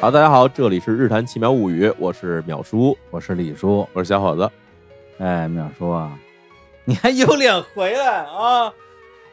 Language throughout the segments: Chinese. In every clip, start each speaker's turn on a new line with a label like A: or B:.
A: 好，大家好，这里是《日谈奇妙物语》，我是淼叔，
B: 我是李叔。
A: 我是小伙子。
B: 哎，淼叔啊，你还有脸回来啊？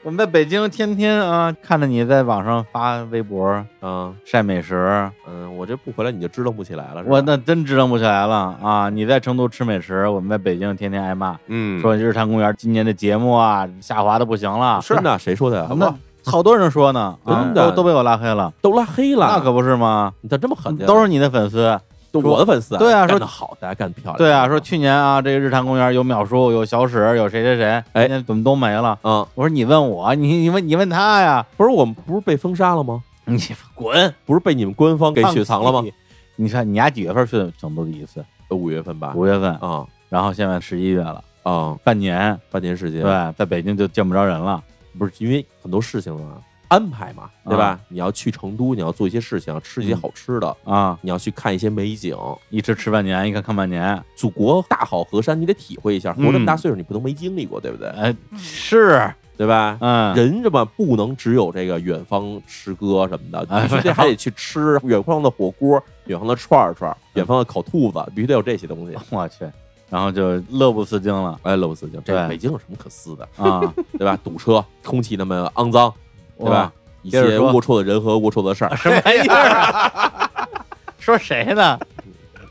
B: 我们在北京天天啊，看着你在网上发微博
A: 嗯
B: 晒美食，
A: 嗯，我这不回来你就支棱不起来了，是吧
B: 我那真支棱不起来了啊！你在成都吃美食，我们在北京天天挨骂，
A: 嗯啊
B: 说日坛公园今年的节目啊下滑的不行了，
A: 是呢，谁说的呀？好不
B: 那
A: 好
B: 好多人说呢，啊
A: 真，的
B: 都都被我拉黑了，
A: 都拉黑了，
B: 那可不是吗？
A: 你咋这么狠呢？
B: 都是你的粉丝，
A: 都
B: 说
A: 我的粉丝，
B: 对啊
A: 干
B: 说
A: 得好，大家干得漂亮，
B: 对啊，说去年啊，这个日坛公园有淼叔，有小史，有谁谁谁，
A: 哎
B: 今年怎么都没了？
A: 嗯，
B: 我说你问我，你你问你问他呀，
A: 不是我们不是被封杀了吗？
B: 你滚，
A: 不是被你们官方给雪藏了吗？？
B: 你看你丫几月份去成都的一次？
A: 五月份吧，
B: 五月份，
A: 啊
B: 然后现在十一月了，
A: 啊，
B: 半年，
A: 半年时间，
B: 对，在北京就见不着人了。
A: 不是因为很多事情啊，安排嘛，对吧？
B: 啊
A: 你要去成都，你要做一些事情，要吃一些好吃的，
B: 啊，
A: 你要去看一些美景，
B: 一吃吃半年，一看看半年，
A: 祖国大好河山，你得体会一下。活
B: 嗯
A: 这么大岁数，你不能没经历过，对不对？
B: 呃，是，
A: 对吧？
B: 嗯，
A: 人这么不能只有这个远方诗歌什么的，
B: 哎
A: 必须得还得去吃远方的火锅、远方的串儿
B: 嗯
A: 串儿、远方的烤兔子，必须得有这些东西。
B: 我去，然后就乐不思惊了
A: 哎，乐不思京，这
B: 对
A: 北京有什么可撕的，
B: 啊，
A: 对吧？堵车，空气那么肮脏，对吧？一些
B: 接着说
A: 龌龊的人和龌龊的事儿
B: 哇？，什么玩意儿啊？ 说谁呢？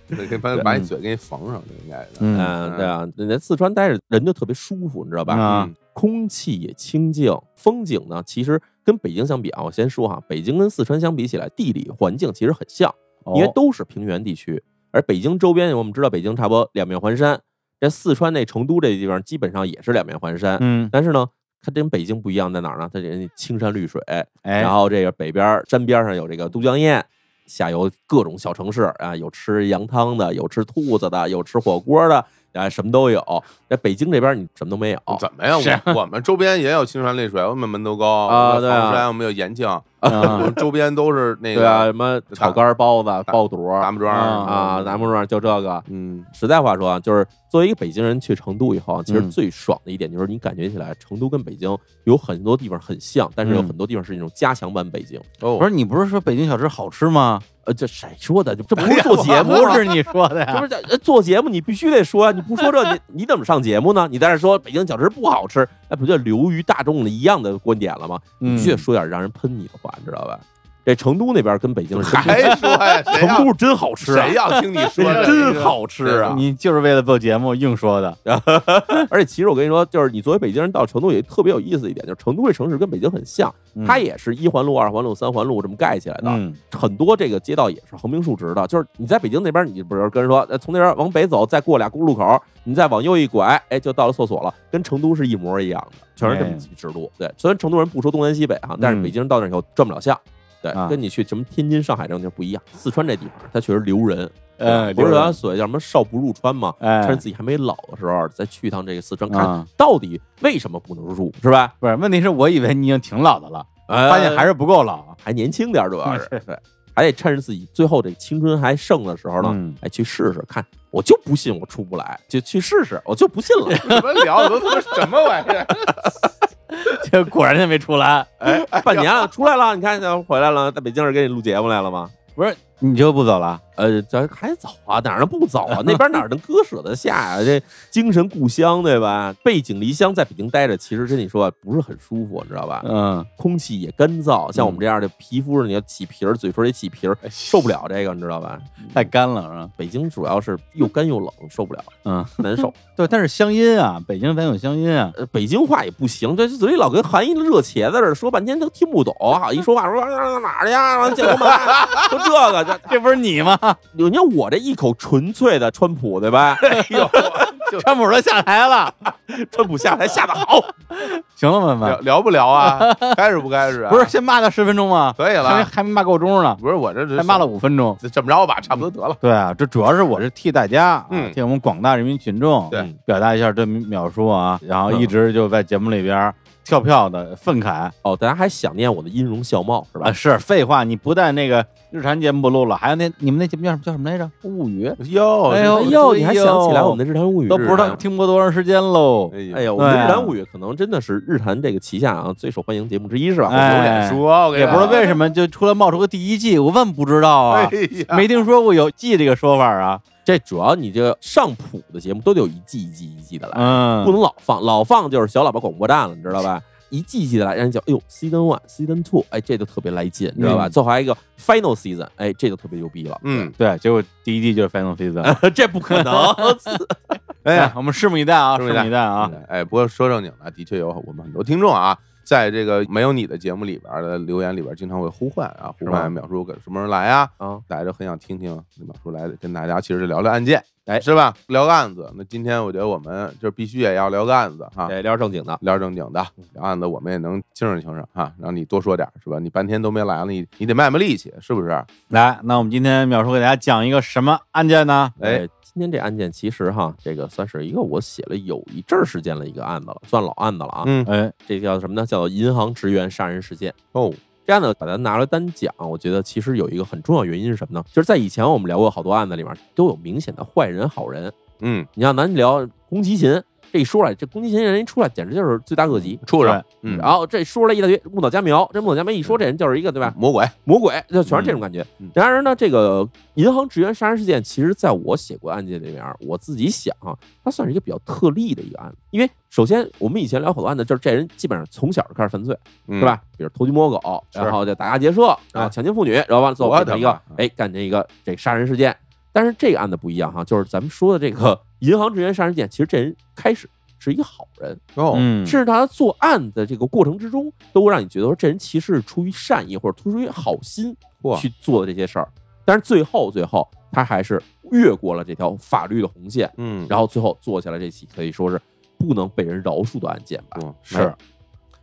C: 对，给把把你嘴给你缝上，应该的。
B: 嗯
A: 嗯，对啊，你在四川待着人就特别舒服，你知道吧？
B: 啊
A: 空气也清静，风景呢，其实跟北京相比啊，我先说哈，北京跟四川相比起来，地理环境其实很像，因为
B: 哦
A: 都是平原地区。而北京周边，我们知道北京差不多两面环山，这四川那成都这地方基本上也是两面环山，
B: 嗯，
A: 但是呢，它跟北京不一样在哪儿呢？它人家青山绿水，
B: 哎
A: 然，后这个北边儿山边上有这个都江堰，下游各种小城市啊，有吃羊汤的，有吃兔子的，有吃火锅的，啊，什么都有。在北京这边你什么都没有
C: 怎么呀？我我们周边也有青山绿水，我们门头沟
A: 啊
C: 我们
A: 对啊
C: 房山，我们有延庆，我
B: 啊
C: 们周边都是那
A: 对啊，
C: 个
A: 什么炒肝儿、包子、爆肚
C: 达
A: 儿
C: 木庄
B: 啊
A: 啊，南木庄就这个。
C: 嗯，
A: 实在话说啊，就是作为一个北京人去成都以后啊，其实
B: 嗯
A: 最爽的一点就是你感觉起来，成都跟北京有很多地方很像，但是有
B: 嗯
A: 很多地方是那种加强版北京。
C: 哦
B: 不是你不是说北京小吃好吃吗？
A: 呃，这谁说的？这这不是做节目
B: 不
A: 吗
B: 是你说
C: 啊
B: 的
A: 这不
B: 呀？
A: 是这呃做节目，你必须得说呀！你不说这，你 你怎么上节目呢？你在这说北京小吃不好吃，那不就流于大众的一样的观点了吗？
C: 嗯
B: 嗯
A: 你必须得说点让人喷你的话，你知道吧？这成都那边跟北京是真不一
C: 还
A: 样
C: 说呀？啊嗯谁
A: 成
C: 要
A: 都是真好吃、啊
C: 谁，要听你说
A: 那
C: 的？
A: 是真好吃
C: 对
A: 啊！
B: 你就是为了做节目硬说的，
A: 而且其实我跟你说，就是你作为北京人到成都也特别有意思一点，就是成都这城市跟北京很像，
C: 嗯
A: 它也是一环路、二环路、三环路这么盖起来的。
B: 嗯
A: 很多这个街道也是横平竖直的，就是你在北京那边，你不是跟人说，呃从那边往北走，再过俩路口，你再往右一拐，哎，就到了厕所了，跟成都是一模一样的，全是这么
B: 哎
A: 几指路。对，虽然成都人不说东南西北啊，但是
B: 嗯
A: 北京人到那以后转不了向。对，
B: 啊
A: 跟你去什么天津、上海这种地儿不一样。四川这地方，它确实留人，
B: 呃，
A: 不是
B: 刘
A: 咱
B: 仁
A: 所谓叫什么“少不入川”嘛，
B: 哎
A: 趁自己还没老的时候，再去一趟这个四川，看
B: 啊
A: 到底为什么不能入，是吧？呃
B: 不是，问题是我以为你已经挺老的了，
A: 发
B: 发现还是不够老。
A: 还年轻点，儿，主要是对，还得趁着自己最后这青春还剩的时候呢，
B: 嗯
A: 哎，去试试看。我就不信我出不来，就去试试，我就不信 了。
C: 你们聊的都他妈什么玩意儿？
B: 这果然就没出来，
A: 半年了，出来了，你看，回来了，在北京这儿给你录节目来了吗？
B: 不是你就不走了？
A: 呃，咱还早啊，哪儿能不早啊？那边哪儿能割舍得下呀、这精神故乡，对吧？背井离乡，在北京待着，其实跟你说啊不是很舒服，你知道吧？
B: 嗯，
A: 空气也干燥，像我们这样的皮肤，你要起皮儿，嘴唇也起皮儿，
B: 哎
A: 受不了这个，你知道吧？
B: 太干了是吧？
A: 北京主要是又干又冷，受不了，
B: 嗯，
A: 难受。
B: 对，但是乡音啊，北京咱有乡音啊，
A: 呃，北京话也不行，这嘴里老跟韩一热茄子似的，说半天都听不懂。好一说话说啊哪儿的呀，完了见我们啊，就这个，这
B: 这不是你吗？
A: 你看我这一口纯粹的川普，对吧？
C: 哎呦，就
B: 川普都下台了，
A: 川普下台下的好，
B: 行了吧，
C: 聊
B: 文
C: 聊不聊啊？开始不开始
B: 文，
C: 啊？
B: 不是先骂他十分钟吗？
C: 可以
B: 还没
C: 了，
B: 还没骂够钟呢，
C: 不是我这
B: 还骂了，五分钟。
C: 这么着吧，差不多得了。
B: 对啊，这主要是我是替大家啊，
C: 嗯
B: 替我们广大人民群众
C: 对
B: 表达一下对淼叔啊，然后一直就在节目里边跳票的愤慨
A: 哦，大家还想念我的音容笑貌是吧
B: 啊！？是废话，你不但那个日坛节目不录了，还有那你们那节目叫什么叫什么来着？物语
C: 哟，
B: 哎呦
A: 哎呦，你还想起来我们的日坛物语？哎
B: 都不知
C: 日
B: 道
C: 坛
B: 停播多长时间喽。
C: 哎呦
A: 哎，呀，我们
B: 对
A: 的
B: 啊
A: 日坛物语可能真的是日坛这个旗下啊最受欢迎节目之一是吧？
B: 哎
C: 有脸说，我跟你
B: 也不知道
C: 讲
B: 为什么就突然冒出个第一季，我问不知道啊，
C: 啊哎呀，
B: 没听说过有季这个说法啊。
A: 这主要你这个上谱的节目都得有一季一季一季的来，不
B: 嗯，
A: 能老放，老放就是小喇叭广播站了，你知道吧？ 一季一季的来，让人讲，哎呦，season one、season two，哎，这就特别来劲，你知道吧？
B: 嗯
A: 最后还有一个 final season，哎，这就特别牛逼了。
C: 嗯，
B: 对，结果第一季就是 Final Season。
A: 对， 这不可 能。
C: 哎
B: 哎
C: 呀，，
B: 我们拭目以待啊，拭
C: 拭目以待
B: 目以待啊。
C: 哎，不过说正经的，的确有我们很多听众啊，在这个没有你的节目里边儿的留言里边儿，经常会呼唤啊，呼
A: 吗
C: 唤淼叔什么时候来啊？
A: 啊，
C: 大家都很想听听淼叔来跟大家其实聊聊案件，
A: 哎
C: 是吧？聊个案子。那今天我觉得我们就必须也要聊个案子哈，
A: 哎，嗯聊点正经的，
C: 聊正经的，聊案子我们也能清省清省哈，让你多说点儿是吧？你半天都没来了，你你得卖卖力气，是不
A: 啊
C: 是？
B: 来，那我们今天淼叔给大家讲一个什么案件呢？
C: 哎，
A: 今天这案件其实哈，这个算是一个我写了有一阵儿时间了一个案子了，算老案子了啊。
C: 嗯
B: 哎，
A: 这叫什么呢？叫做银行职员杀人事件。
C: 哦，
A: 这样呢，把它拿来单讲，我觉得其实有一个很重要原因是什么呢？就是在以前我们聊过好多案子里面，都有明显的坏人、好人。
C: 嗯，
A: 你像咱聊宫崎勤这一说来，这宫崎勤人一出来简直就是罪大恶极。
C: 畜生，嗯，
A: 然后这说出来一大堆木岛佳苗，这木岛佳苗一说这人就是一个对吧？
C: 魔鬼，
A: 魔鬼，就全是这种感觉
C: 嗯嗯嗯。
A: 然而呢，这个银行职员杀人事件，其实在我写过案件里面，我自己想啊，它算是一个比较特例的一个案子。因为首先我们以前聊好多案子，就是这人基本上从小就开始犯罪，
C: 是
A: 是？吧？比如偷鸡摸狗，
C: 嗯是哎
A: 然后就打家劫舍，然后强奸妇女，然后完了最后
C: 我的
A: 变成一个
C: 妈
A: 哎干成一个这杀人事件。但是这个案子不一样哈，就是咱们说的这
C: 嗯
A: 个银行职员杀人事件，其实这人开始是一个好人，
C: 哦，
B: 嗯，
A: 甚至他作案的这个过程之中，都会让你觉得说这人其实是出于善意或者出于好心
C: 嚯
A: 去做的这些事儿。但是最后最后，他还是越过了这条法律的红线，
C: 嗯，
A: 然后最后做下来这起可以说是不能被人饶恕的案件吧。
C: 哦
B: 是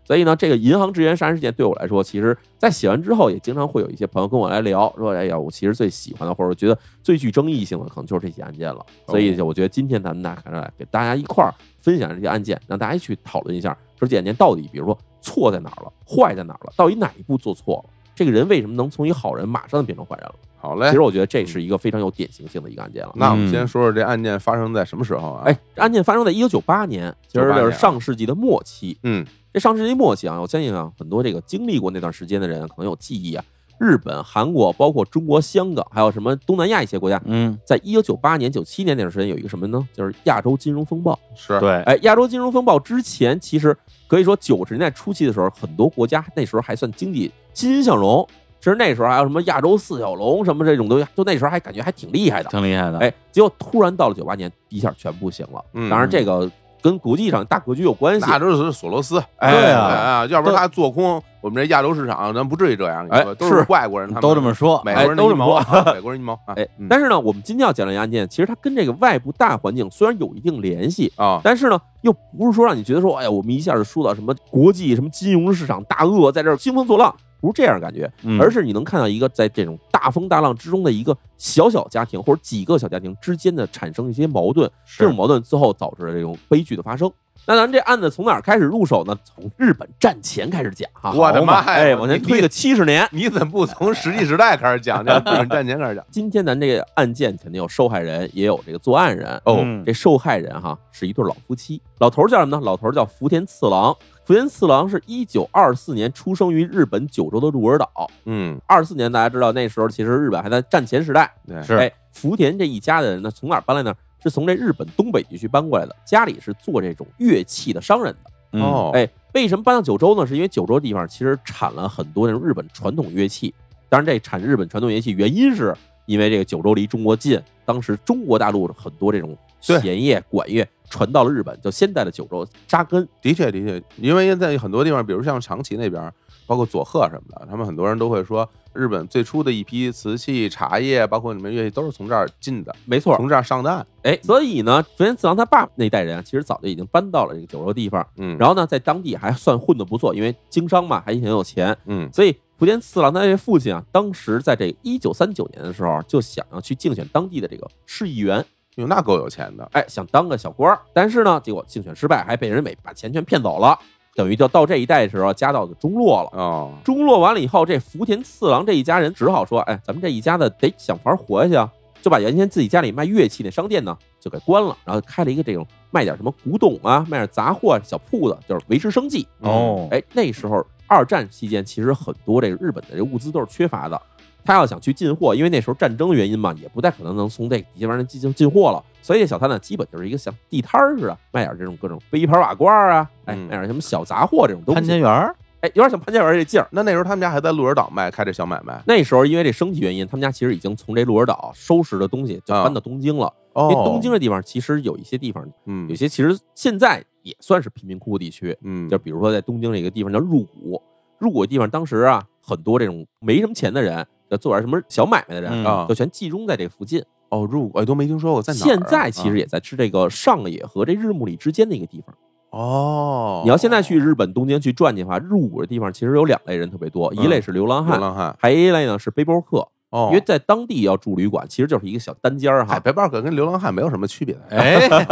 A: 所以呢，这个银行职员杀人事件对我来说，其实在写完之后，也经常会有一些朋友跟我来聊，说：“哎呀，我其实最喜欢的，或者我觉得最具争议性的，可能就是这起案件了。”所以，就我觉得今天咱们大家来给大家一块儿分享这些案件，让大家去讨论一下，说这案件到底，比如说错在哪儿了，坏在哪儿了，到底哪一步做错了，这个人为什么能从一好人马上就变成坏人了？
C: 好
A: 其
C: 嘞
A: 实。我觉得这是一个非常有典型性的一个案件了。
C: 哎那我们
B: 嗯
C: 先说说这案件发生在什么时候啊？
A: 哎，，这案件发生在一九九八年，其实
C: 98
A: 就是
C: 年
A: 上世纪的末期。
C: 嗯，
A: 这上世纪末期啊，我相信啊，很多这个经历过那段时间的人可能有记忆啊。日本、韩国，包括中国香港，还有什么东南亚一些国家，
B: 嗯，
A: 在一九九八年、九七年那段时间有一个什么呢？就是亚洲金融风暴。
C: 是，
B: 对，
A: 哎，亚洲金融风暴之前，其实可以说九十年代初期的时候，很多国家那时候还算经济欣欣向荣。其实那时候还有什么亚洲四小龙什么这种东西，就那时候还感觉还挺厉害的。
B: 挺厉害的。，
A: 哎，结果突然到了九八年，一下全不行了。
C: 嗯
A: 当然，这个跟国际上大格局有关系。啊
C: 那都是索罗斯，
B: 对
C: 啊，
B: 啊
C: 啊，要不然他做空我们这亚洲市场，咱不至于这样，你说
A: 哎
C: 都是
A: 是
C: 外国人，他们
B: 都这么说，哎
C: 美国人的
B: 都
C: 阴
B: 这么
C: 谋
B: 说。
C: 啊，美国人阴谋，啊
A: 哎
C: 嗯，
A: 但是呢，我们今天要讲这个案件，其实它跟这个外部大环境虽然有一定联系，
C: 啊，
A: 但是呢，又不是说让你觉得说，哎呀，我们一下就说到什么国际什么金融市场大鳄在这儿兴风作浪，不是这样的感觉，
B: 嗯
A: 而是你能看到一个在这种大风大浪之中的一个小小家庭或者几个小家庭之间的产生一些矛盾，这种矛盾最后导致了这种悲剧的发生。那咱这案子从哪儿开始入手呢？从日本战前开始讲哈，
C: 我的
A: 好嘛
C: 妈呀
A: 哎，往前推个七十年。
C: 你怎么不从石器时代开始 讲，讲日本战前开始讲？
A: 今天咱这个案件肯定有受害人，也有这个作案人。
C: 哦，
B: 嗯
A: 这受害人哈是一对老夫妻，老头儿叫什么呢？老头儿叫福田次郎。福田次郎是一九二四年出生于日本九州的鹿儿岛。
C: 嗯，
A: 二四年大家知道，那时候其实日本还在战前时代。
C: 对，
B: 是
A: 哎，福田这一家的人呢，从哪儿搬来呢？是从这日本东北地区搬过来的，家里是做这种乐器的商人的。
B: 嗯，
C: 哦，
A: 哎，为什么搬到九州呢？是因为九州地方其实产了很多那种日本传统乐器。当然，这产日本传统乐器原因是因为这个九州离中国近，当时中国大陆很多这种
C: 对
A: 弦乐、管乐传到了日本，就先带了九州扎根。
C: 的确，的确，因为在很多地方，比如像长崎那边，包括佐贺什么的，他们很多人都会说，日本最初的一批瓷器、茶叶，包括你们乐器，都是从这儿进的，
A: 没错，
C: 从这儿上岸。
A: 哎，所以呢，福田次郎他爸那代人啊，其实早就已经搬到了这个九州地方，
C: 嗯，
A: 然后呢，在当地还算混得不错，因为经商嘛，还挺有钱。
C: 嗯，
A: 所以福田次郎他这父亲啊，当时在这一九三九年的时候，就想要去竞选当地的这个市议员。
C: 哟，那够有钱的，
A: 哎，想当个小官儿，但是呢，结果竞选失败，还被人给把钱全骗走了。等于就到这一代的时候，家道就中落了。
C: 哦，
A: 中落完了以后，这福田次郎这一家人只好说：“哎，咱们这一家子得想法儿活下去啊！”就把原先自己家里卖乐器那商店呢，就给关了，然后开了一个这种卖点什么古董啊、卖点杂货啊小铺子，就是维持生计。
B: 哦，
A: 哎，那时候二战期间，其实很多这个日本的这物资都是缺乏的。他要想去进货，因为那时候战争原因嘛，也不太可能能从这底下玩意儿进行进货了。所以这小摊呢，基本就是一个像地摊儿似的，卖点这种各种杯盘瓦罐啊，哎，
C: 嗯
A: 卖点什么小杂货这种东
B: 潘
A: 西，
B: 家园儿
A: 哎，有点像潘家园这劲儿。
C: 那那时候他们家还在鹿儿岛卖开这小买卖，
A: 那时候因为这升级原因，他们家其实已经从这鹿儿岛收拾的东西就搬到东京了。
C: 哦，
A: 因为东京这地方其实有一些地方，
C: 嗯
A: 有些其实现在也算是贫民窟地区，
C: 嗯
A: 就比如说在东京这个地方叫入谷，入谷的地方当时啊，很多这种没什么钱的人，要做点什么小买卖的人，
B: 嗯
C: 啊
A: 就全集中在这附近。
C: 哦入哎都没听说过在哪儿啊
A: 现在其实也在是这个上野和这日暮里之间的一个地方。
C: 哦，
A: 你要现在去日本东京去转去的话，入谷的地方其实有两类人特别多，一类是流浪
C: 嗯流
A: 汉，
C: 浪汉
A: 还有一类呢是背包客。
C: 哦，
A: 因为在当地要住旅馆，其实就是一个小单间儿
C: 嗨
A: 哈。
C: 背包客跟流浪汉没有什么区别的，
B: 哎，
C: 啊，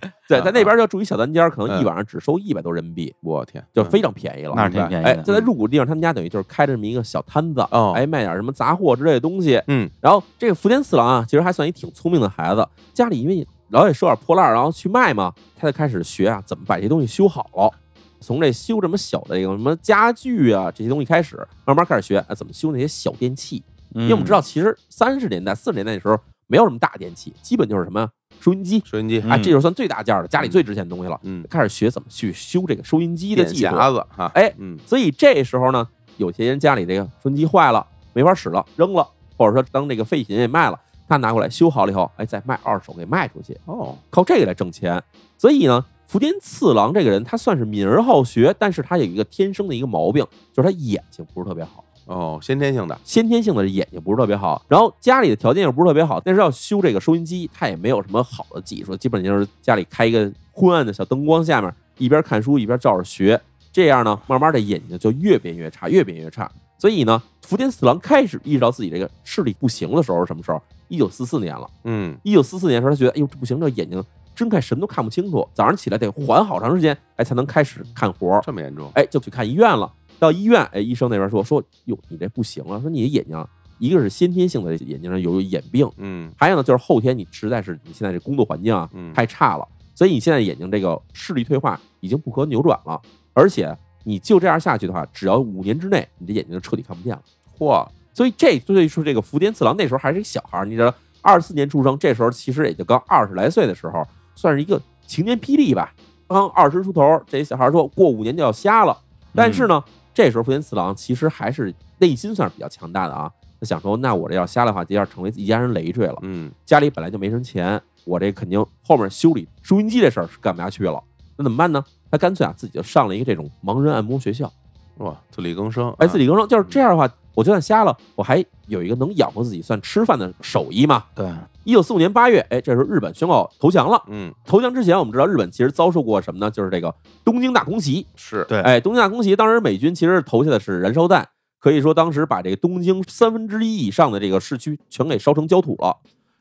A: 对，
C: 啊
B: 嗯
A: 在那边要住一小单间儿，可能
C: 嗯
A: 一晚上只收一百多人民币，
C: 我天，
A: 就
C: 嗯
A: 非常便宜了。
B: 那是挺便宜的嗯
A: 哎，就在入谷地方，他们家等于就是开着这么一个小摊子，
C: 哦
A: 哎，卖点什么杂货之类的东西。
C: 嗯，
A: 然后这个福田四郎啊，其实还算一挺聪明的孩子，家里因为老也收点破烂儿，然后去卖嘛，他就开始学啊，怎么把这些东西修好了。从这修这么小的这个什么家具啊这些东西开始，慢慢开始学啊怎么修那些小电器。因
B: 因
A: 为我们知
C: 嗯
A: 道，其实三十年代、四十年代的时候没有什么大电器，基本就是什么呀收音机，
C: 收音机
B: 嗯
A: 哎，这就算最大件儿的，家里最值钱的东西了。
C: 嗯，
A: 开始学怎么去修这个收音机的
C: 电
A: 技术，
C: 匣子哈，
A: 哎
C: 嗯
A: 所以这时候呢，有些人家里这个收音机坏了，没法使了，扔了，或者说当这个废品也卖了，他拿过来修好了以后，哎，再卖二手给卖出去，
C: 哦
A: 靠这个来挣钱。所以呢，福田次郎这个人，他算是敏而好学，但是他有一个天生的一个毛病，就是他眼睛不是特别好。
C: 哦先天性的
A: 先天性的眼睛不是特别好，然后家里的条件又不是特别好，但是要修这个收音机，他也没有什么好的技术，基本就是家里开一个昏暗的小灯光下面，一边看书一边照着学，这样呢，慢慢的眼睛就越变越差，越变越差。所以呢，福田四郎开始意识到自己这个视力不行的时候是什么时候？一九四四年了。
C: 嗯
A: 一九四四年的时候，他觉得，哎呦，这不行，这眼睛睁开什么都看不清楚，早上起来得缓好长时间，哎，才能开始看活儿。
C: 这么严重
A: 哎，就去看医院了。到医院，哎，医生那边说说，哟，你这不行了，说你的眼睛啊，一个是先天性的眼睛上有眼病，
C: 嗯
A: 还有呢就是后天你实在是你现在这工作环境啊
C: 嗯
A: 太差了，所以你现在眼睛这个视力退化已经不可扭转了，而且你就这样下去的话，只要五年之内，你这眼睛就彻底看不见了。
C: 嚯
A: 所以这对说这个福田次郎那时候还是一小孩儿，你知道，二四年出生，这时候其实也就刚二十来岁的时候，算是一个晴天霹雳吧。刚二十出头，这小孩说过五年就要瞎了。
C: 嗯
A: 但是呢，这时候福田次郎其实还是内心算是比较强大的啊。他想说，那我这要瞎的话，就要成为一家人累赘了。
C: 嗯
A: 家里本来就没什么钱，我这肯定后面修理收音机这事儿是干不下去了。那怎么办呢？他干脆啊，自己就上了一个这种盲人按摩学校。
C: 哇自力更生
A: 哎，
C: 啊
A: 自力更生，就是这样的话，我就算瞎了，我还有一个能养活自己算吃饭的手艺嘛。
B: 对，
A: 一九四五年八月，哎，这时候日本宣告投降了。
C: 嗯
A: 投降之前，我们知道日本其实遭受过什么呢？就是这个东京大空袭。
C: 是
B: 对
A: 哎，东京大空袭，当时美军其实投下的是燃烧弹，可以说当时把这个东京三分之一以上的这个市区全给烧成焦土了。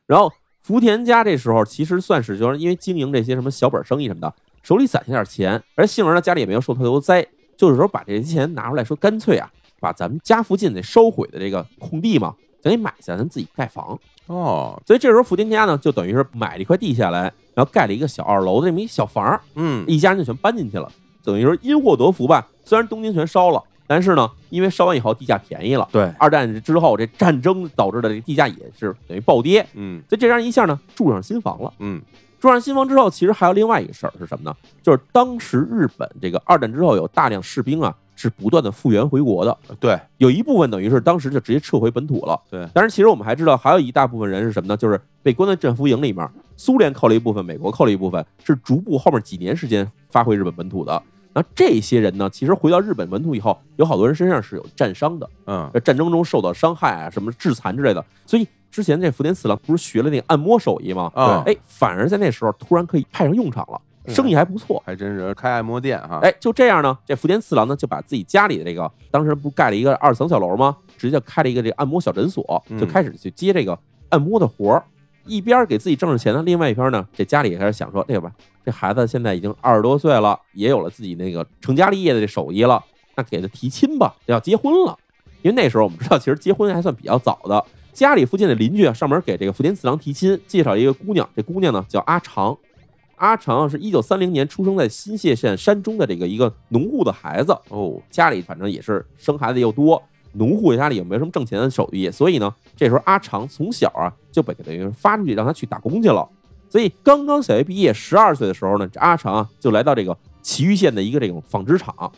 A: 然后福田家这时候其实算是就是因为经营这些什么小本生意什么的，手里攒下点钱，而幸而呢家里也没有受太多灾，就是说把这些钱拿出来说，干脆啊把咱们家附近那烧毁的这个空地嘛，咱给买下，咱自己盖房。
C: 哦
A: 所以这时候福田家呢，就等于是买了一块地下来，然后盖了一个小二楼的这么一小房儿，
C: 嗯
A: 一家人就全搬进去了，等于说因祸得福吧。虽然东京全烧了，但是呢，因为烧完以后地价便宜了，
B: 对，
A: 二战之后这战争导致的这地价也是等于暴跌，
C: 嗯
A: 所以这家人一下呢住上新房了。
C: 嗯
A: 住上新房之后，其实还有另外一个事儿是什么呢？就是当时日本这个二战之后有大量士兵啊是不断的复员回国的，
C: 呃对
A: 有一部分等于是当时就直接撤回本土了。
C: 对
A: 当然其实我们还知道还有一大部分人是什么呢？就是被关在战俘营里面，苏联扣了一部分，美国扣了一部分，是逐步后面几年时间发回日本本土的。那这些人呢，其实回到日本本土以后，有好多人身上是有战伤的，
C: 嗯
A: 呃战争中受到伤害啊，什么致残之类的。所以之前这福田次郎不是学了那个按摩手艺吗？
C: 啊
A: 哎，反而在那时候突然可以派上用场了，
C: 嗯
A: 生意还不错。
C: 还真是开按摩店哈
A: 哎，就这样呢，这福田次郎呢就把自己家里的这个，当时不盖了一个二层小楼吗？直接就开了一个这个按摩小诊所
C: 嗯，
A: 就开始去接这个按摩的活儿。一边儿给自己挣着钱呢，另外一边儿呢，这家里也开始想说，哎吧，这孩子现在已经二十多岁了，也有了自己那个成家立业的这手艺了，那给他提亲吧，要结婚了。因为那时候我们知道，其实结婚还算比较早的。家里附近的邻居啊，上门给这个福田次郎提亲，介绍一个姑娘，这姑娘呢叫阿长。阿长啊是一九三零年出生在新泻县山中的这个一个农户的孩子，
C: 哦，
A: 家里反正也是生孩子又多，农户家里也没什么挣钱的手艺，所以呢，这时候阿长从小啊就被等于发出去让他去打工去了。所以刚刚小学毕业，十二岁的时候呢，这阿长啊就来到这个崎玉县的一个这种纺织厂。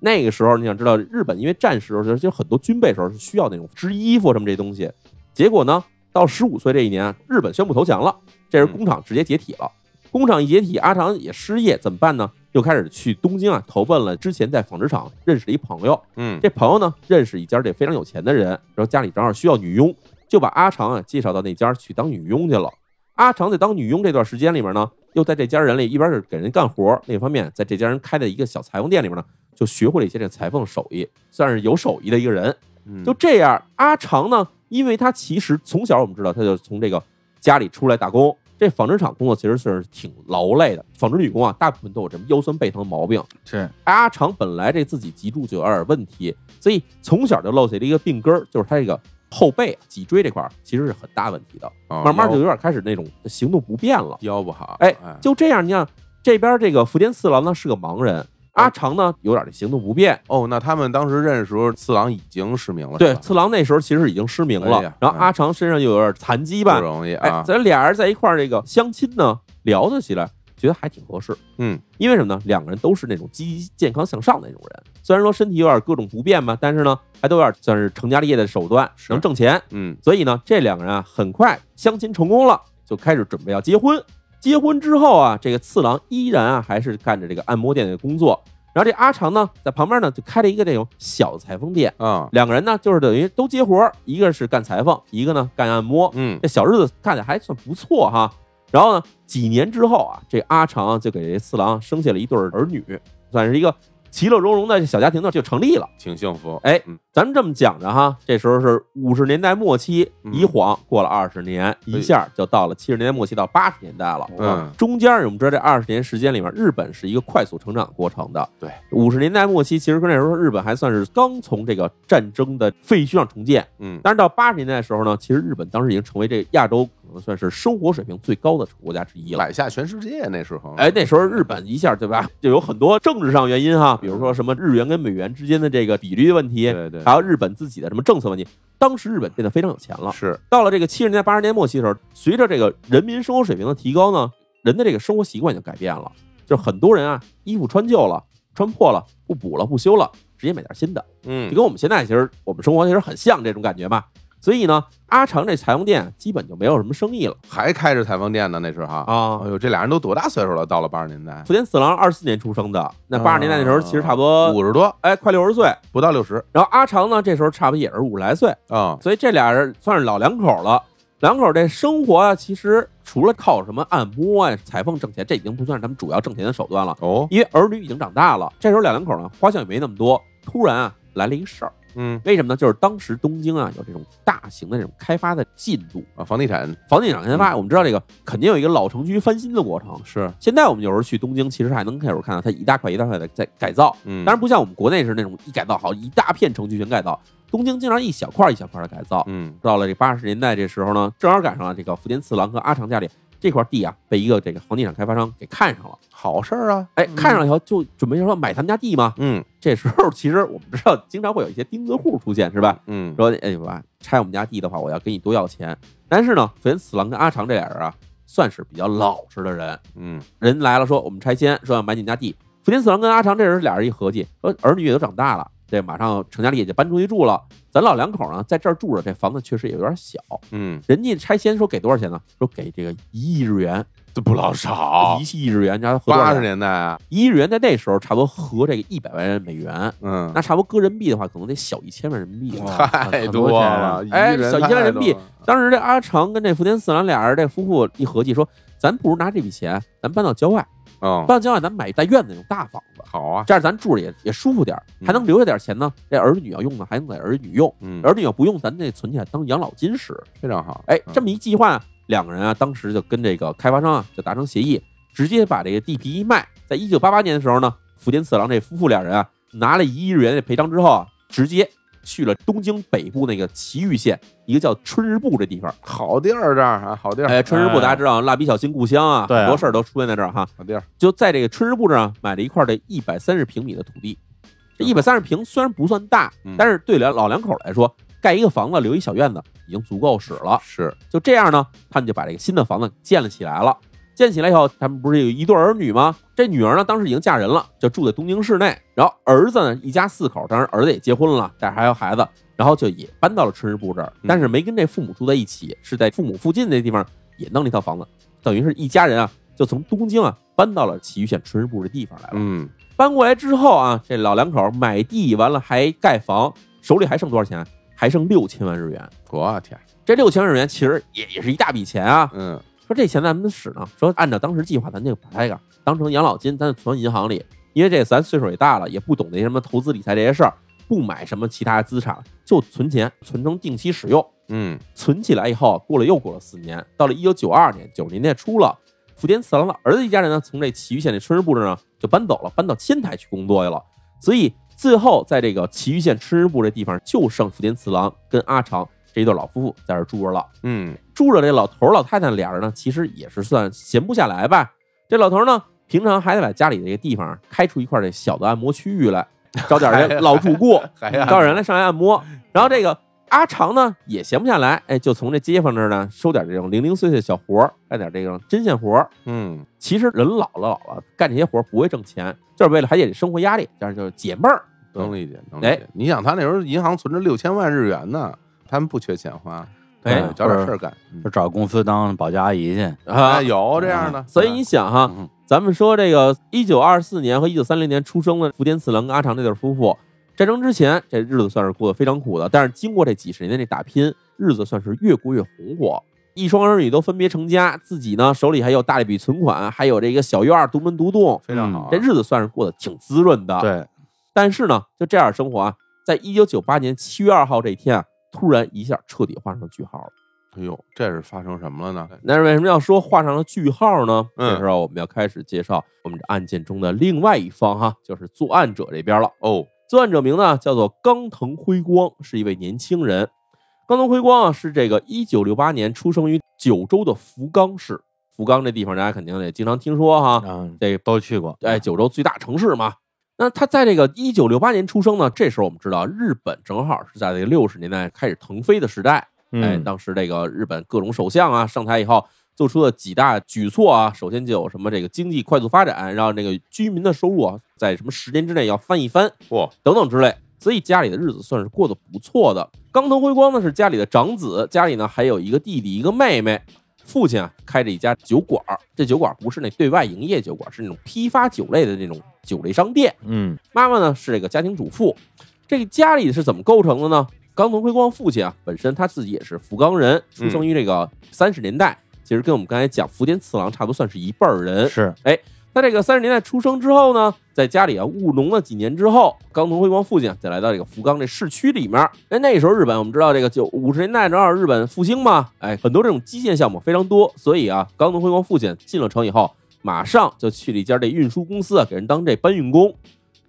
A: 那个时候你想知道，日本因为战时的时候，其实很多军备时候是需要那种织衣服什么这些东西。结果呢，到十五岁这一年啊，日本宣布投降了，这时候工厂直接解体了。工厂一解体，阿长也失业，怎么办呢？又开始去东京啊，投奔了之前在纺织厂认识的一朋友。
C: 嗯，
A: 这朋友呢，认识一家这非常有钱的人，然后家里正好需要女佣，就把阿长啊介绍到那家去当女佣去了。阿长在当女佣这段时间里面呢，又在这家人里一边是给人干活，另一方面在这家人开的一个小裁缝店里面呢，就学会了一些这裁缝手艺，算是有手艺的一个人。
C: 嗯
A: 就这样，阿长呢，因为他其实从小我们知道，他就从这个家里出来打工。这纺织厂工作其实是挺劳累的，纺织女工啊，大部分都有这么腰酸背疼的毛病。
B: 是
A: 阿长本来这自己脊柱就有点问题，所以从小就落下了一个病根儿，就是他这个后背、脊椎这块儿其实是很大问题的，
C: 哦
A: 慢慢就
C: 腰
A: 有点开始那种行动不便了。
C: 腰不好，
A: 哎，就这样，你看这边这个福田四郎呢是个盲人，
C: 哎
A: 阿长呢有点这行动不便。
C: 哦，那他们当时认识时候，次郎已经失明了，
A: 对
C: 是，吧
A: 次郎那时候其实已经失明了，
C: 哎呀
A: 然后阿长身上又有点残疾吧
C: 不，容易
A: 哎
C: 啊，，
A: 咱俩人在一块儿这个相亲呢，聊得起来，觉得还挺合适。
C: 嗯，
A: 因为什么呢？两个人都是那种积极、健康、向上的那种人，虽然说身体有点各种不便吧，但是呢，还都有点算是成家立业的手段，能挣钱。
C: 嗯，
A: 所以呢，这两个人啊，很快相亲成功了，就开始准备要结婚。结婚之后啊，这个次郎依然啊还是干着这个按摩店的工作，然后这阿长呢，在旁边呢就开了一个这种小裁缝店。
C: 啊，
A: 两个人呢，就是等于都接活儿，一个是干裁缝，一个呢干按摩。
C: 嗯，
A: 这小日子干的还算不错哈。然后呢，几年之后啊，这阿长就给这次郎生下了一对儿儿女，算是一个其乐融融的小家庭呢就成立了。
C: 挺幸福，
A: 哎
C: 嗯，
A: 咱们这么讲着哈，这时候是五十年代末期，
C: 嗯
A: 一晃过了二十年，
C: 哎
A: 一下就到了七十年代末期到八十年代了。啊
C: 嗯，
A: 中间我们知道这二十年时间里面，日本是一个快速成长过程的。
C: 对，
A: 五十年代末期，其实跟那时候日本还算是刚从这个战争的废墟上重建，
C: 嗯，
A: 但是到八十年代的时候呢，其实日本当时已经成为这亚洲可能算是生活水平最高的国家之一了。
C: 买下全世界那时候，啊
A: 哎，那时候日本一下对吧，就有很多政治上原因哈，比如说什么日元跟美元之间的这个比率问题，
C: 对对
A: 还有日本自己的什么政策问题。当时日本变得非常有钱了。
C: 是，
A: 到了这个七十年代、八十年代末期的时候，随着这个人民生活水平的提高呢，人的这个生活习惯就改变了，就是很多人啊，衣服穿旧了、穿破了、不补了、不修了，直接买件新的。
C: 嗯
A: 就，跟我们现在其实我们生活其实很像这种感觉嘛。所以呢，阿长这裁缝店基本就没有什么生意了
C: 还开着裁缝店呢，那时候哈，
A: 啊
C: 哎呦，这俩人都多大岁数了？到了八十年代，
A: 福田四郎二四年出生的，那
C: 啊
A: 八十年代那时候其实差不多，
C: 五十多，
A: 哎，快六十岁。
C: 不到六十
A: 然后阿长呢，这时候差不多也是五十来岁，
C: 啊，
A: 所以这俩人算是老两口了。两口这生活啊，其实除了靠什么按摩呀、裁缝挣钱，这已经不算是他们主要挣钱的手段了，
C: 哦，
A: 因为儿女已经长大了。这时候两两口呢，花销也没那么多。突然啊，来了一事儿，
C: 嗯，
A: 为什么呢？就是当时东京啊有这种大型的这种开发的进度，
C: 啊，房地产
A: 房地产开发，我们知道这个肯定有一个老城区翻新的过程。
C: 嗯是，
A: 现在我们有时候去东京，其实还能开始看到它一大块一大块的在改造，
C: 嗯，
A: 当然不像我们国内是那种一改造好一大片城区全改造，东京经常一小块一小块的改造。
C: 嗯，
A: 到了这八十年代这时候呢，正好赶上了这个福田次郎和阿长家里这块地啊，被一个这个房地产开发商给看上了。
C: 好事儿啊，
A: 哎，看上了以后就准备说买他们家地嘛。
C: 嗯
A: 这时候其实我们知道，经常会有一些钉子户出现，是吧？
C: 嗯，
A: 说哎吧，拆我们家地的话，我要跟你多要钱。但是呢，福田次郎跟阿长这俩人啊，算是比较老实的人。
C: 嗯，
A: 人来了说我们拆迁，说要买你们家地。福田次郎跟阿长这人俩人一合计，说儿女也都长大了，这马上成家立业就搬出去住了。咱老两口呢，在这儿住着，这房子确实也有点小。
C: 嗯，
A: 人家拆迁说给多少钱呢？说给这个一亿日元，
C: 这不老少
A: 一，亿日元，你知道合多少
C: 八
A: 钱
C: 十年代啊，
A: 一亿日元在那时候差不多合这个一百万美元，
C: 嗯
A: 那，差不多搁人民币的话，可能得小一千万人民币了。
B: 哇
C: 太
B: 很
C: 多
B: 多钱啊
C: 了，
A: 哎
C: 一人
A: 小一千人民币
C: 太多了，
A: 当时这阿长跟这福田四郎俩人这夫妇一合计说，咱不如拿这笔钱，咱搬到郊外，
C: 嗯
A: 搬，到郊外咱买一带院子那种大房子，
C: 好啊，
A: 这样咱住着也也舒服点儿，还能留下点钱呢。这儿女要用呢，还能给儿女用，
C: 嗯，
A: 儿女要不用，咱得存起来当养老金使。
C: 非常好，
A: 哎，
C: 嗯
A: 这么一计划，两个人啊，当时就跟这个开发商啊就达成协议，直接把这个地皮一卖。在一九八八年的时候呢，福田次郎这夫妇两人啊，拿了一亿日元的赔偿之后啊，直接去了东京北部那个埼玉县一个叫春日部这地方。
C: 好地儿这儿啊，好地儿，
A: 哎，春日部大家知道，蜡笔小新故乡啊，
B: 嗯对啊
A: 很多事儿都出现在这儿哈。
C: 好地儿，
A: 就在这个春日部这儿啊买了一块这一百三十平米的土地。这一百三十平虽然不算大
C: 嗯，
A: 但是对两老两口来说，盖一个房子留一小院子已经足够使了。
C: 是
A: 就这样呢，他们就把这个新的房子建了起来了。建起来以后，他们不是有一对儿女吗？这女儿呢，当时已经嫁人了，就住在东京市内。然后儿子呢，一家四口，当然儿子也结婚了，但是还有孩子，然后就也搬到了春日部这儿，
C: 嗯
A: 但是没跟这父母住在一起，是在父母附近的地方也弄了一套房子，等于是一家人啊，就从东京啊搬到了埼玉县春日部这地方来了。
C: 嗯，
A: 搬过来之后啊，这老两口买地完了还盖房，手里还剩多少钱？还剩六千万日元。
C: 我天，
A: 这六千万日元其实也也是一大笔钱啊，
C: 嗯
A: 说这钱咱们使呢，说按照当时计划，咱就把它给当成养老金，咱就存银行里，因为这咱岁数也大了，也不懂那些什么投资理财这些事儿，不买什么其他资产了，就存钱，存成定期使用。
C: 嗯，
A: 存起来以后，过了又过了四年，到了一九九二年，九十年代初了，福田次郎的儿子一家人呢，从这崎玉县这春日部这儿呢就搬走了，搬到仙台去工作去了。所以最后在这个崎玉县春日部这地方，就剩福田次郎跟阿长这一对老夫妇在这儿住着了。
C: 嗯
A: 住着这老头儿老太太俩人呢，其实也是算闲不下来吧。这老头儿呢，平常还得把家里这个地方开出一块这小的按摩区域来，找点儿这老 主顾，
C: 还呀
A: 找人来上来按摩。然后这个阿长呢，也闲不下来，哎，就从这街坊这儿呢收点这种零零碎碎小活儿，干点这种针线活儿。
C: 嗯，
A: 其实人老了老了，干这些活儿不会挣钱，就是为了排解生活压力，但是就是解闷儿。
C: 能理解，能理
A: 哎
C: 解。你想他那时候银行存着六千万日元呢，他们不缺钱花，
A: 哎
C: 嗯找点事儿干，嗯
B: 就找公司当保洁阿姨去。
A: 啊
C: 哎，有这样的，
A: 所以你想哈，
B: 嗯
A: 咱们说这个一九二四年和一九三零年出生的福田次郎跟阿长这对夫妇，战争之前这日子算是过得非常苦的，但是经过这几十年的打拼，日子算是越过越红火。一双儿女都分别成家，自己呢手里还有大一笔存款，还有这个小院儿独门独栋，
C: 非常好啊
A: 嗯这，日子算是过得挺滋润的。，
B: 对，
A: 但是呢，就这样生活啊，在一九九八年七月二号这一天啊，突然一下彻底画上句号了。
C: 哎呦，这是发生什么了呢？
A: 那是为什么要说画上了句号呢？
C: 嗯
A: 这时候我们要开始介绍我们这案件中的另外一方哈，就是作案者这边了。
C: 哦，
A: 作案者名呢叫做冈藤辉光，是一位年轻人。冈藤辉光啊是这个一九六八年出生于九州的福冈市。福冈这地方大家肯定也经常听说哈，
B: 嗯，
A: 这
B: 都去过。
A: 哎，九州最大城市嘛。那他在这个一九六八年出生呢，这时候我们知道日本正好是在这个六十年代开始腾飞的时代，哎，
B: 嗯，
A: 当时这个日本各种首相啊上台以后，做出了几大举措啊。首先就有什么这个经济快速发展，让这个居民的收入啊在什么十年之内要翻一番，
C: 嚯，
A: 等等之类。所以家里的日子算是过得不错的。冈藤辉光呢是家里的长子，家里呢还有一个弟弟一个妹妹。父亲啊开着一家酒馆儿，这酒馆儿不是那对外营业酒馆儿，是那种批发酒类的那种酒类商店。
B: 嗯，
A: 妈妈呢是这个家庭主妇。这个家里是怎么构成的呢？冈藤辉光父亲啊，本身他自己也是福冈人，出生于这个三十年代，其实跟我们刚才讲福田次郎差不多，算是一辈儿人。
B: 是，
A: 那这个三十年代出生之后呢，在家里啊务农了几年之后，冈藤辉光父亲啊再来到这个福冈这市区里面。哎，那时候日本我们知道这个九五十年代正好日本复兴嘛，哎，很多这种基建项目非常多，所以啊，冈藤辉光父亲进了城以后，马上就去了一家这运输公司啊，给人当这搬运工。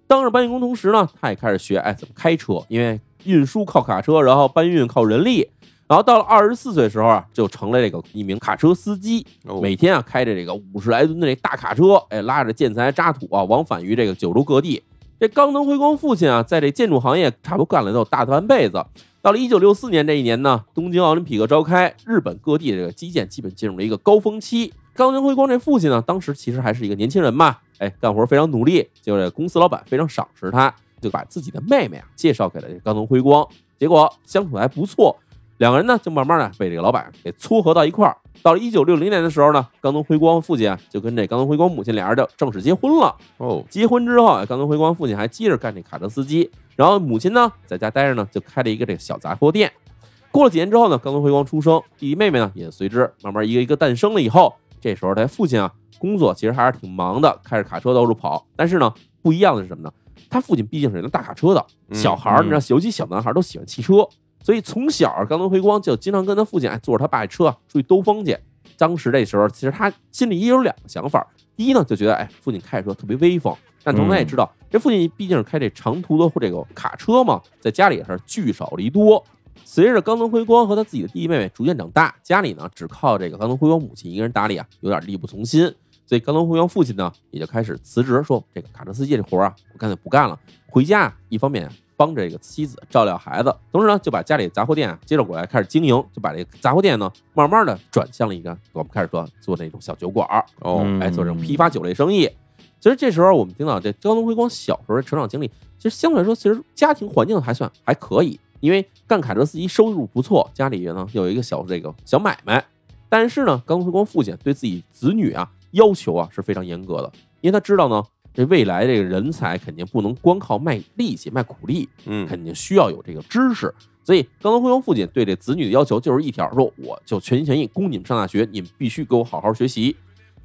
A: 当着搬运工同时呢，他也开始学哎怎么开车，因为运输靠卡车，然后搬运靠人力。然后到了二十四岁的时候啊，就成了这个一名卡车司机。
C: 哦
A: 每天啊开着这个五十来吨的这大卡车，哎，拉着建材渣土啊，往返于这个九州各地。这冈藤辉光父亲啊，在这建筑行业差不多干了得有大半辈子。到了一九六四年这一年呢，东京奥林匹克召开，日本各地这个基建基本进入了一个高峰期。冈藤辉光这父亲呢，当时其实还是一个年轻人嘛，哎，干活非常努力，结果这公司老板非常赏识他，就把自己的妹妹啊介绍给了这冈藤辉光，结果相处得还不错，两个人呢就慢慢的被这个老板给撮合到一块儿。到了一九六零年的时候呢，冈藤辉光父亲啊就跟这冈藤辉光母亲俩人就正式结婚了。
C: 哦，
A: 结婚之后啊，冈藤辉光父亲还接着干这卡车司机，然后母亲呢在家待着呢，就开了一个这个小杂货店。过了几年之后呢，冈藤辉光出生，弟弟妹妹呢也随之慢慢一个一个诞生了。以后这时候他父亲啊，工作其实还是挺忙的，开着卡车到处跑。但是呢，不一样的是什么呢？他父亲毕竟是人大卡车的，
C: 嗯
A: 小孩儿，你知道，尤其小男孩儿都喜欢汽车，所以从小冈藤辉光就经常跟他父亲哎坐着他爸的车出去兜风去。当时这时候，其实他心里也有两个想法。第一呢，就觉得哎，父亲开车特别威风，但
C: 嗯
A: 同时他也知道，这父亲毕竟是开这长途的或这个卡车嘛，在家里也是聚少离多。随着冈藤辉光和他自己的弟弟妹妹逐渐长大，家里呢只靠这个冈藤辉光母亲一个人打理啊，有点力不从心。所以冈藤辉光父亲呢也就开始辞职，说这个卡车司机这活儿啊，我干脆不干了。回家一方面帮着这个妻子照料孩子，同时呢就把家里杂货店啊接手过来开始经营，就把这个杂货店呢慢慢的转向了一个我们开始说做那种小酒馆儿哦，
B: 嗯
A: 哎做这种批发酒类生意。其实这时候我们听到这高东辉光小时候的成长经历，其实相对来说，其实家庭环境还算还可以，因为干卡车司机收入不错，家里呢有一个小这个小买卖。但是呢，高东辉光父亲对自己子女啊要求啊是非常严格的，因为他知道呢，这未来这个人才肯定不能光靠卖力气、卖苦力，
C: 嗯
A: 肯定需要有这个知识。所以，高东辉光父亲对这子女的要求就是一条：说我就全心全意供你们上大学，你们必须给我好好学习。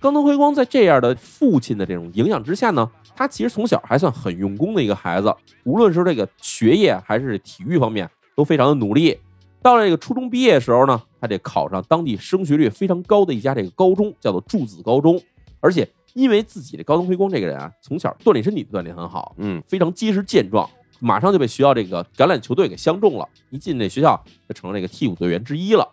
A: 高东辉光在这样的父亲的这种影响之下呢，他其实从小还算很用功的一个孩子，无论是这个学业还是体育方面都非常的努力。到了这个初中毕业的时候呢，他这考上当地升学率非常高的一家这个高中，叫做祝子高中。而且因为自己这高东辉光这个人啊，从小锻炼身体锻炼很好，
C: 嗯
A: 非常结实健壮，马上就被学校这个橄榄球队给相中了。一进这学校就成了这个替补队员之一了。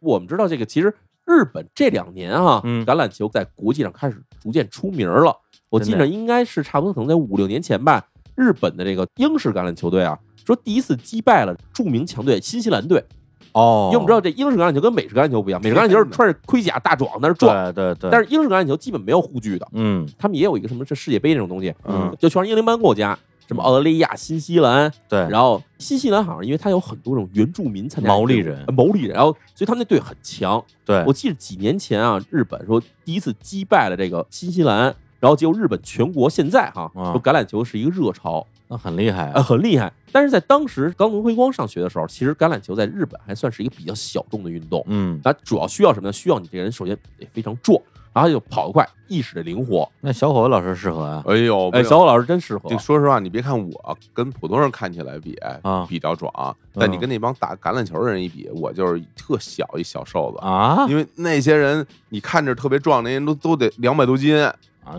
A: 我们知道这个其实日本这两年啊，
B: 嗯
A: 橄榄球在国际上开始逐渐出名了。我记
B: 真
A: 着
B: 的
A: 应该是差不多可能在五六年前吧，日本的这个英式橄榄球队啊，说第一次击败了著名强队新西兰队。
B: 哦
A: 因为我们知道这英式橄榄球跟美式橄榄球不一样，美式橄榄球是穿着盔甲大壮在那儿撞，
B: 对对对，
A: 但
B: 是
A: 是英式橄榄球基本没有护具的。
B: 嗯，
A: 他们也有一个什么是世界杯这种东西，
C: 嗯
A: 就全是英联邦国家，什么澳大利亚、新西兰，
B: 对，
A: 然后新西兰好像因为它有很多这种原住民参加
B: 毛利人
A: 呃毛利人，然后所以他们那队很强。
B: 对
A: 我记得几年前啊，日本说第一次击败了这个新西兰，然后结果日本全国现在哈、
B: 啊
A: 说橄榄球是一个热潮，
B: 那很厉害
A: 呃，
B: 啊，
A: 很厉害。但是在当时冈藤辉光上学的时候，其实橄榄球在日本还算是一个比较小众的运动。
B: 嗯，
A: 它主要需要什么呢？需要你这个人首先得非常壮，然后又跑得快，意识得灵活。
B: 那小伙子老师适合啊，
C: 哎呦，
A: 哎，
C: 没有
A: 小虎老师真适合
C: 这。说实话，你别看我跟普通人看起来比
B: 啊
C: 比较壮，但你
B: 嗯
C: 跟那帮打橄榄球的人一比，我就是特小一小瘦子。
B: 啊
C: 因为那些人，你看着特别壮，那些人都都得两百多斤，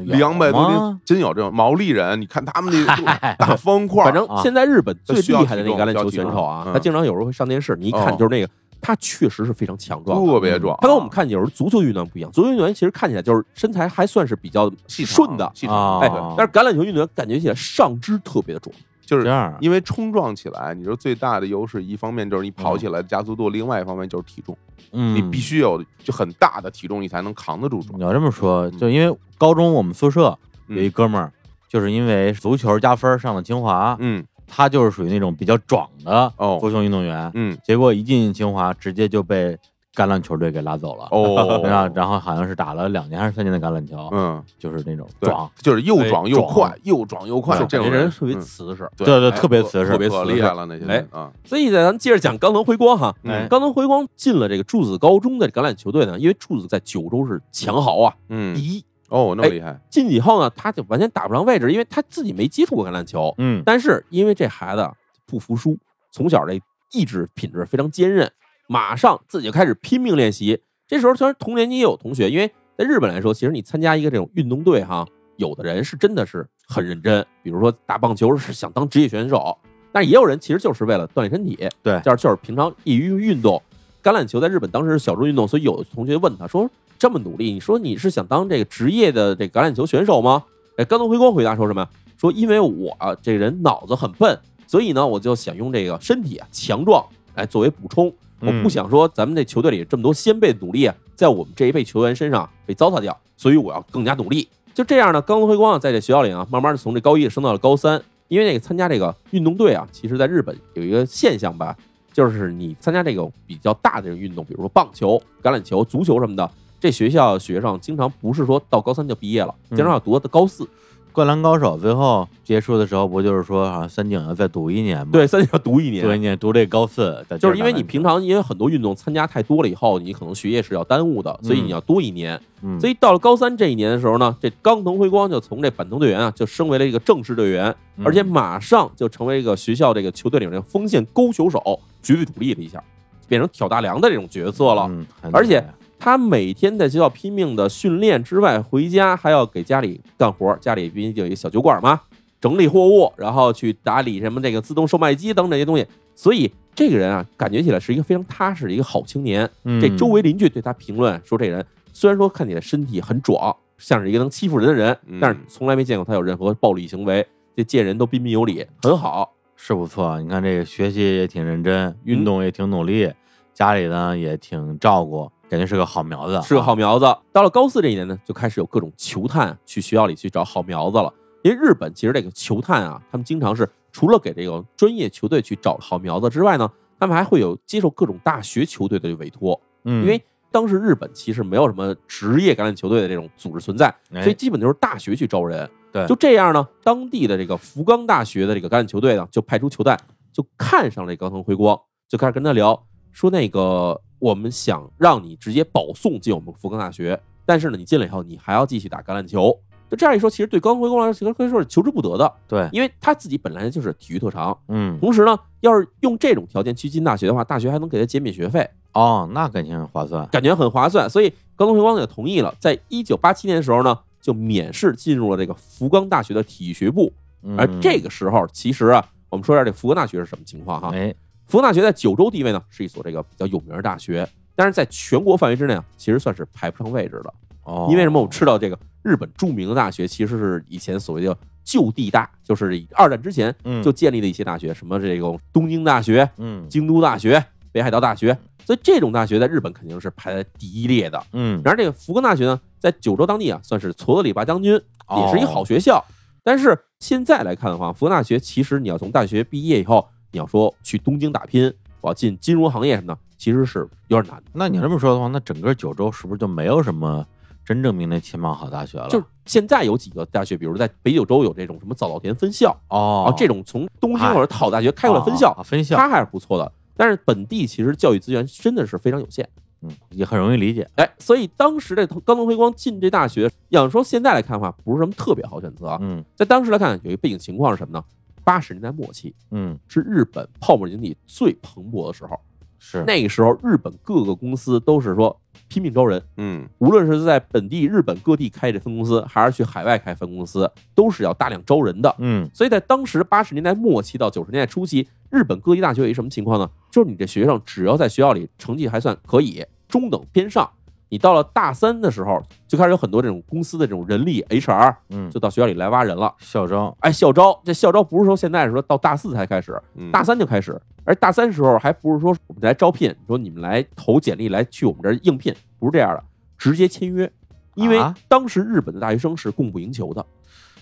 C: 两百多斤，真有这种毛利人。你看 他们那大方块，
A: 反正现在日本最厉害的那个橄榄球选手
C: 需要体
A: 啊
C: 重，
A: 他经常有时候会上电视，你一看就是那个，他确实是非常强壮的。
C: 哦特别壮。
A: 嗯他跟我们看有时候足球运动员不一样，足球运动员其实看起来就是身材还算是比较
C: 细长
A: 顺的，
C: 细
B: 啊
C: 长，
A: 哎
B: 哦，
A: 但是橄榄球运动员感觉起来上肢特别的壮，
C: 就是
B: 这样
C: 因为冲撞起来，你说最大的优势，一方面就是你跑起来的加速度，另外一方面就是体重，
B: 嗯，
C: 你必须有就很大的体重，你才能扛得住撞
B: 你。要这么说，
C: 嗯
B: 就因为高中我们宿舍有一
C: 嗯
B: 哥们儿，就是因为足球加分上了清华，
C: 嗯
B: 他就是属于那种比较壮的
C: 哦
B: 足球运动员，
C: 嗯，
B: 结果一进清华直接就被橄榄球队给拉走了。
C: 哦，
B: 然后，然后好像是打了两年还是三年的橄榄球，
C: 嗯，
B: 就是那种
C: 对
B: 壮，，
C: 就是又
B: 哎
C: 壮又
B: 壮
C: 快，又壮又快，
B: 对
C: 这
A: 感觉
C: 种
A: 人特别
C: 嗯
A: 瓷实。
C: 对
B: 对对
C: 哎
B: 特别
C: 特
B: 瓷实
C: 特别
A: 特
C: 可
A: 别
C: 厉
A: 瓷
C: 害
A: 实
C: 了那些
A: 哎
C: 人啊，
A: 所以呢，咱们接着讲冈藤辉光哈，
B: 哎
C: 嗯
A: 冈藤辉光进了这个柱子高中的橄榄球队呢，因为柱子在九州是强豪啊，第
C: 嗯，
A: 一。哎
C: 哦，那么厉害，
A: 进去以后呢，他就完全打不上位置，因为他自己没接触过橄榄球，
B: 嗯，
A: 但是因为这孩子不服输，从小这意志品质非常坚韧，马上自己就开始拼命练习。这时候，虽然同年级也有同学，因为在日本来说，其实你参加一个这种运动队哈，有的人是真的是很认真，比如说打棒球是想当职业选手，但也有人其实就是为了锻炼身体，
B: 对
A: 就是就是平常业余运动。橄榄球在日本当时是小众运动，所以有的同学问他说：“这么努力，你说你是想当这个职业的这个橄榄球选手吗？”哎，冈东辉光回答说什么呀？说因为我啊这人脑子很笨，所以呢，我就想用这个身体啊强壮来作为补充。我
B: 嗯
A: 不想说咱们这球队里这么多先辈的努力啊，在我们这一辈球员身上被糟蹋掉，所以我要更加努力。就这样呢，冈东辉光啊，在这学校里啊，慢慢的从这高一升到了高三。因为那个参加这个运动队啊，其实在日本有一个现象吧，就是你参加这个比较大的这种运动，比如说棒球、橄榄球、足球什么的，这学校学生经常不是说到高三就毕业了，经常要读到高四，
B: 灌篮高手最后结束的时候不就是说好像三井要再读一年吗？，
A: 对，三年要读一年，
B: 读一年，读这高四，再接着
A: 就是因为你
B: 打篮球
A: 平，常因为很多运动参加太多了以后，你可能学业是要耽误的，所以
B: 嗯
A: 你要多一年。
B: 嗯，
A: 所以到了高三这一年的时候呢，这冈藤辉光就从这板凳队员啊，就升为了一个正式队员，
B: 嗯
A: 而且马上就成为一个学校这个球队里面的锋线勾球手，绝对主力了一下，变成挑大梁的这种角色了。
B: 嗯，很
A: 而且
B: 厉害
A: 他每天在学校拼命的训练之外，回家还要给家里干活，家里毕竟有一个小酒馆嘛，整理货物，然后去打理什么这个自动售卖机等这些东西。所以这个人啊，感觉起来是一个非常踏实的一个好青年。
B: 嗯
A: 这周围邻居对他评论说，这人虽然说看起来身体很壮，像是一个能欺负人的人
C: 嗯，
A: 但是从来没见过他有任何暴力行为，这见人都彬彬有礼，很好。
B: 是不错。你看这个学习也挺认真，
A: 嗯
B: 运动也挺努力，家里呢也挺照顾，感觉是个好苗子，
A: 是个好苗子。到了高四这一年呢，就开始有各种球探去学校里去找好苗子了。因为日本其实这个球探啊，他们经常是除了给这个专业球队去找好苗子之外呢，他们还会有接受各种大学球队的委托，
B: 嗯，
A: 因为。当时日本其实没有什么职业橄榄球队的这种组织存在，
B: 哎
A: 所以基本就是大学去招人。
B: 对
A: 就这样呢，当地的这个福冈大学的这个橄榄球队呢，就派出球探，就看上了这冈藤辉光，就开始跟他聊，说那个我们想让你直接保送进我们福冈大学，但是呢，你进来以后你还要继续打橄榄球。就这样一说，其实对冈藤辉光来说，其实可以说是求之不得的，
B: 对，
A: 因为他自己本来就是体育特长，
B: 嗯，
A: 同时呢，要是用这种条件去进大学的话，大学还能给他减免学费，
B: 哦，那肯定很划算。
A: 感觉很划算，所以高东平光也同意了。在一九八七年的时候呢，就免试进入了这个福冈大学的体育学部。
B: 嗯
A: 而这个啊时候，其实啊，我们说一下这福冈大学是什么情况哈。
B: 哎，
A: 福冈大学在九州地位呢，是一所这个比较有名的大学，但是在全国范围之内啊，其实算是排不上位置的。
B: 哦，
A: 因为什么？我们知道这个日本著名的大学其实是以前所谓的旧地大，就是以二战之前
B: 嗯
A: 就建立的一些大学，什么这种东京大学、
B: 嗯
A: 京都大学、北海道大学，所以这种大学在日本肯定是排在第一列的。
B: 嗯，
A: 然而，这个福冈大学呢，在九州当地啊，算是矬子里拔将军，
B: 哦
A: 也是一个好学校。但是现在来看的话，福冈大学其实你要从大学毕业以后，你要说去东京打拼，我要进金融行业什么的，其实是有点难的。
B: 那你这么说的话，那整个九州是不是就没有什么真正名列前茅好大学了？
A: 就是现在有几个大学，比如在北九州有这种什么早稻田分校，然
B: 哦
A: 后，这种从东京或者好大学开过来分
B: 哦
A: 校
B: 哦，哦分校，
A: 它还是不错的。但是本地其实教育资源真的是非常有限。
B: 嗯，也很容易理解。
A: 哎，所以当时这冈藤辉光进这大学，要说现在来看的话，不是什么特别好选择啊。
B: 嗯
A: 在当时来看，有一个背景情况是什么呢？八十年代末期
B: 嗯，
A: 是日本泡沫经济最蓬勃的时候，
B: 是
A: 那个时候日本各个公司都是说拼命招人，
C: 嗯，
A: 无论是在本地日本各地开这分公司，还是去海外开分公司，都是要大量招人的。
B: 嗯
A: 所以在当时八十年代末期到九十年代初期，日本各地大学有一什么情况呢？就是你这学生只要在学校里成绩还算可以，中等偏上，你到了大三的时候就开始有很多这种公司的这种人力 HR
B: 嗯，
A: 就到学校里来挖人了。
B: 校招
A: 哎，校招这校招不是说现在是说到大四才开始，
C: 嗯
A: 大三就开始，而大三时候还不是说我们来招聘，说你们来投简历来去我们这儿应聘，不是这样的，直接签约，因为
B: 啊
A: 当时日本的大学生是供不应求的。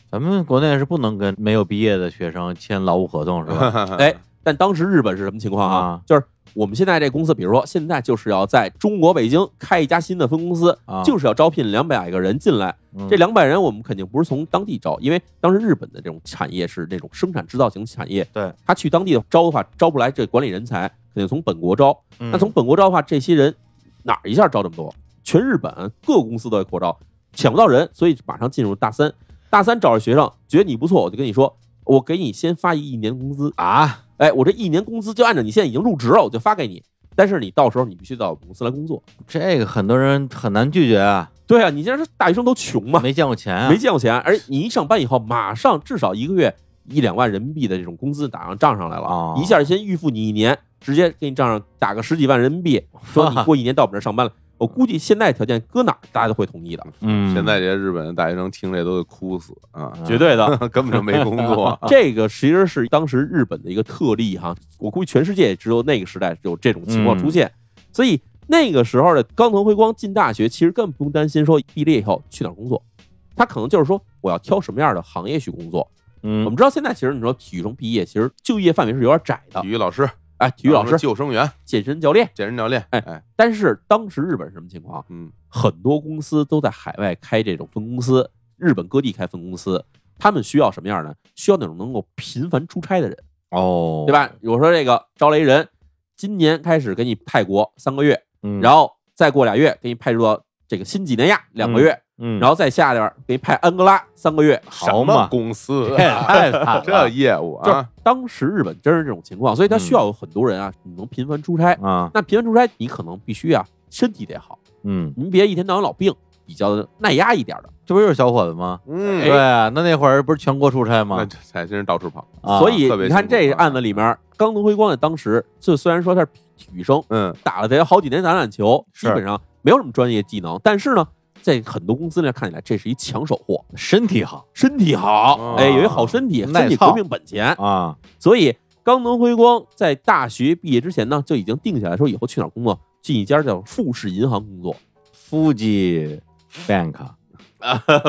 B: 咱们国内是不能跟没有毕业的学生签劳务合同，是吧？
A: 哎，但当时日本是什么情况啊
B: 嗯啊？
A: 就是我们现在这公司，比如说现在就是要在中国北京开一家新的分公司
B: 啊，
A: 就是要招聘两百个人进来。
B: 嗯
A: 这两百人我们肯定不是从当地招，因为当时日本的这种产业是那种生产制造型产业，
B: 对，
A: 他去当地招的话，招不来这管理人才，肯定从本国招。
B: 嗯
A: 那从本国招的话，这些人哪儿一下招这么多？全日本各个公司都在扩招，抢不到人，所以马上进入大三。大三找着学生，觉得你不错，我就跟你说，我给你先发一年工资，
B: 啊，
A: 哎，我这一年工资就按照你现在已经入职了，我就发给你。但是你到时候你必须 到我们公司来工作。
B: 这个很多人很难拒绝啊，
A: 对啊，你现在是大学生都穷嘛，
B: 没见过钱啊，
A: 没见过钱，而你一上班以后，马上至少一个月一两万人民币的这种工资打上账上来了，
B: 哦
A: 一下先预付你一年，直接给你账上打个十几万人民 币，说你过一年到我们这儿上班了。我估计现在条件搁哪儿大家都会同意的，
B: 嗯，
C: 现在这些日本的大学生听这都得哭死啊，
B: 绝
A: 对的。。
C: 根本就没工作啊
A: 这个其实是当时日本的一个特例哈，我估计全世界也只有那个时代有这种情况出现，
B: 嗯
A: 所以那个时候的冈藤辉光进大学，其实根本不用担心说毕业以后去哪儿工作，他可能就是说我要挑什么样的行业去工作。我
B: 嗯
A: 们知道现在其实你说体育生毕业，其实就业范围是有点窄的
C: 体，育老师、
A: 哎，体育老
C: 然
B: 啊
C: 后
A: 师、
C: 救生员、
A: 健身教练。
C: 健身教练，
A: 哎
C: 哎，
A: 但是当时日本是什么情况？
C: 嗯，
A: 很多公司都在海外开这种分公司，日本各地开分公司，他们需要什么样呢？需要那种能够频繁出差的人。
B: 哦，
A: 对？吧？我说这个招来一人，今年开始给你泰国三个月，
B: 嗯，
A: 然后再过俩月给你派驻到这个新几内亚两个月，
B: 嗯，
A: 然后再下边儿给你派安哥拉三个月。
C: 什
B: 好
C: 么
B: 嘛，
C: 公司啊
B: 这也哎太惨了
C: 这业务
A: 就是
C: 啊？
A: 当时日本真是这种情况，所以
B: 嗯
A: 他需要有很多人啊，你能频繁出差。
B: 啊，
A: 那频繁出差，你可能必须啊身体得好，
B: 嗯，
A: 您别一天到晚老病，比较耐压一点的。
B: 这不就是小伙子吗？
C: 嗯
A: 哎
B: 对，啊那那会儿不是全国出差
C: 那
B: 吗？
C: 这才真是到处跑。
B: 啊
A: 所以
C: 特别
A: 你看
C: 辛苦
A: 这
C: 啊
A: 案子里面，冈藤辉光在当时就虽然说他是体育生，
C: 嗯，
A: 打了得有好几年橄榄球，基
B: 是
A: 本上没有什么专业技能，但是呢，在很多公司呢看起来这是一抢手货，
B: 身体好
A: 身体好，
C: 哦
A: 哎，有一好身体，
B: 耐
A: 身体
B: 操
A: 革命本钱。
B: 啊，
A: 所以冈藤辉光在大学毕业之前呢，就已经定下来说以后去哪儿工作，进一家叫富士银行 工作，
B: 腹肌 bank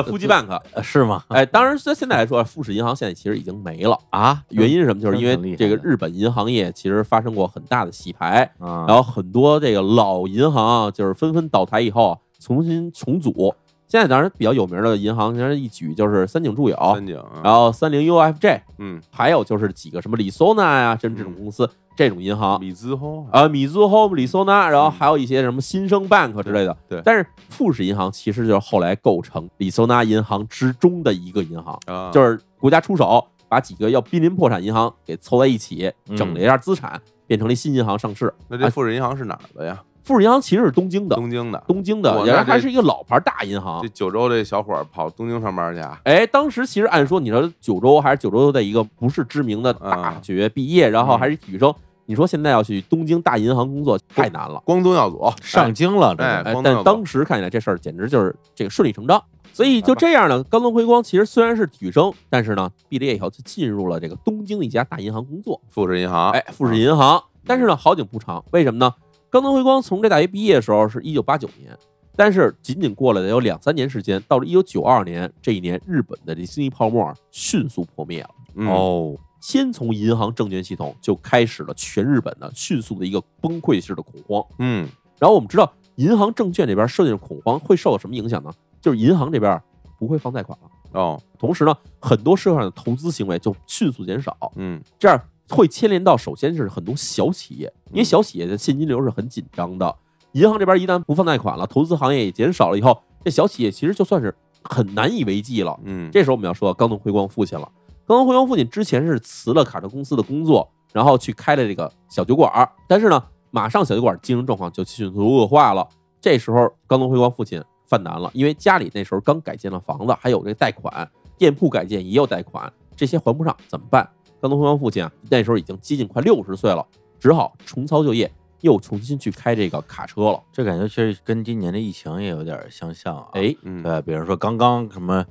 A: 富士 bank。
B: 呃是吗？
A: 哎，当然，在现在来说，富士银行现在其实已经没了。
B: 啊，
A: 原因是什么？就是因
B: 真挺厉
A: 为
B: 害
A: 这个
B: 的
A: 日本银行业其实发生过很大的洗牌，
B: 啊，
A: 然后很多这个老银行啊，就是纷纷倒台以后啊重新重组。现在当然比较有名的银行，当然一举就是三井住友，
C: 三井，啊
A: 然后三菱 UFJ，
C: 嗯，
A: 还有就是几个什么里索纳呀，这这
B: 嗯
A: 种公司，这种银行
C: 米兹后
A: 啊，米兹 Home、里索纳，
B: 嗯
A: 然后还有一些什么新生 Bank 之类的。
C: 对
A: 但是富士银行其实就是后来构成里索纳银行之中的一个银行。
C: 啊，
A: 就是是国家出手把几个要濒临破产银行给凑在一起，
B: 嗯
A: 整了一下资产，变成了新银行上市。
C: 那这富士银行是哪儿的呀？
A: 富士银行其实是东京的，
C: 东京的。
A: 东京的，
C: 我
A: 原来
C: 那这
A: 还是一个老牌大银行
C: 这。九州这小伙儿跑东京上班去啊？
A: 哎，当时其实按说你说九州还是九州的一个不是知名的
C: 啊
A: 大学毕业，然后还是体育生，你说现在要去东京大银行工作太难了。
C: 光宗耀祖，
B: 上京了，这
C: 哎
B: 个
A: 哎
C: 光，
A: 但
C: 那
A: 当时看起来这事儿简直就是这个顺理成章。所以就这样呢，冈东辉光其实虽然是体育生，但是呢，毕了业以后就进入了这个东京的一家大银行工作。
C: 富士银行，
A: 哎，富士银行。但是呢，好景不长，为什么呢？冈藤辉光从这大学毕业的时候是一九八九年，但是仅仅过了得有两三年时间，到了一九九二年这一年，日本的这经济泡沫啊迅速破灭了。
C: 嗯，
B: 哦，
A: 先从银行证券系统就开始了全日本的迅速的一个崩溃式的恐慌。
C: 嗯，
A: 然后我们知道，银行证券这边受这种恐慌会受到什么影响呢？就是银行这边不会放贷款了，
C: 哦，
A: 同时呢，很多社会上的投资行为就迅速减少。
C: 嗯，
A: 这样会牵连到首先是很多小企业，因为
C: 嗯
A: 小企业的现金流是很紧张的。银行这边一旦不放贷款了，投资行业也减少了以后，这小企业其实就算是很难以为继了。
C: 嗯，
A: 这时候我们要说冈东辉光父亲了。冈东辉光父亲之前是辞了卡车公司的工作，然后去开了这个小酒馆儿，但是呢，马上小酒馆经营状况就迅速恶化了。这时候冈东辉光父亲犯难了，因为家里那时候刚改建了房子，还有这贷款，店铺改建也有贷款，这些还不上怎么办？冈东辉光父亲啊，那时候已经接近快六十岁了，只好重操旧业，又重新去开这个卡车了。
B: 这感觉其实跟今年的疫情也有点相像啊。，
A: 哎，
C: 嗯，
B: 对，比如说刚刚什么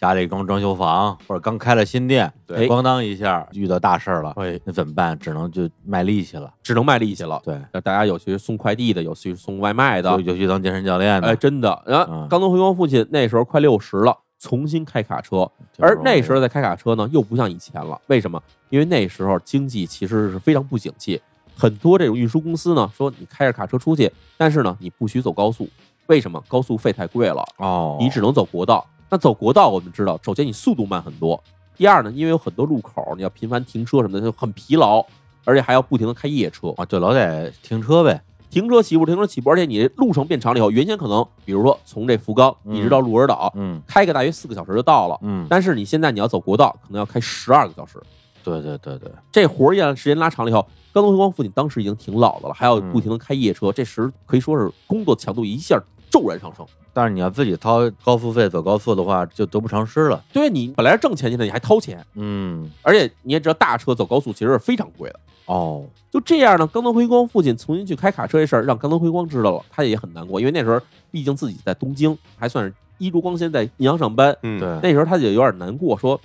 B: 家里刚装修房，或者刚开了新店，
C: 对
B: 咣当一下遇到大事儿了，
A: 哎，
B: 那怎么办？只能就卖力气了。
A: 只能卖力气了。
B: 对，
A: 那大家有去送快递的，有去送外卖的
B: 有，有去当健身教练的
A: 哎，，真的。然后
B: 嗯
A: 冈东辉光父亲那时候快六十了，重新开卡车，
B: 就是
A: 而那时候在开卡车呢，又不像以前了。为什么？因为那时候经济其实是非常不景气，很多这种运输公司呢说你开着卡车出去，但是呢你不许走高速，为什么？高速费太贵了，
B: 哦，
A: 你只能走国道。那走国道，我们知道，首先你速度慢很多，第二呢，因为有很多路口你要频繁停车什么的，就很疲劳，而且还要不停的开夜车。
B: 啊，就老得停车呗。
A: 停车起步，停车起步，而且你路程变长了以后，原先可能比如说从这福冈
B: 嗯
A: 一直到鹿儿岛，
B: 嗯
A: 开个大约四个小时就到了，
B: 嗯，
A: 但是你现在你要走国道，可能要开十二个小时，
B: 对对对对，
A: 这活儿一旦时间拉长了以后，冈东辉光父亲当时已经挺老的了，还要
B: 嗯
A: 不停的开夜车，这时可以说是工作强度一下骤然上升。
B: 但是你要自己掏高付费走高速的话，就得不偿失了。
A: 对你本来是挣钱去的，你还掏钱，
B: 嗯，
A: 而且你也知道大车走高速其实是非常贵的。
B: 哦，
A: 就这样呢，冈东辉光父亲重新去开卡车这事儿，让冈东辉光知道了，他也很难过，因为那时候毕竟自己在东京还算是衣着光鲜，在银行上班，
C: 嗯，
B: 对，
A: 那时候他就有点难过，说：“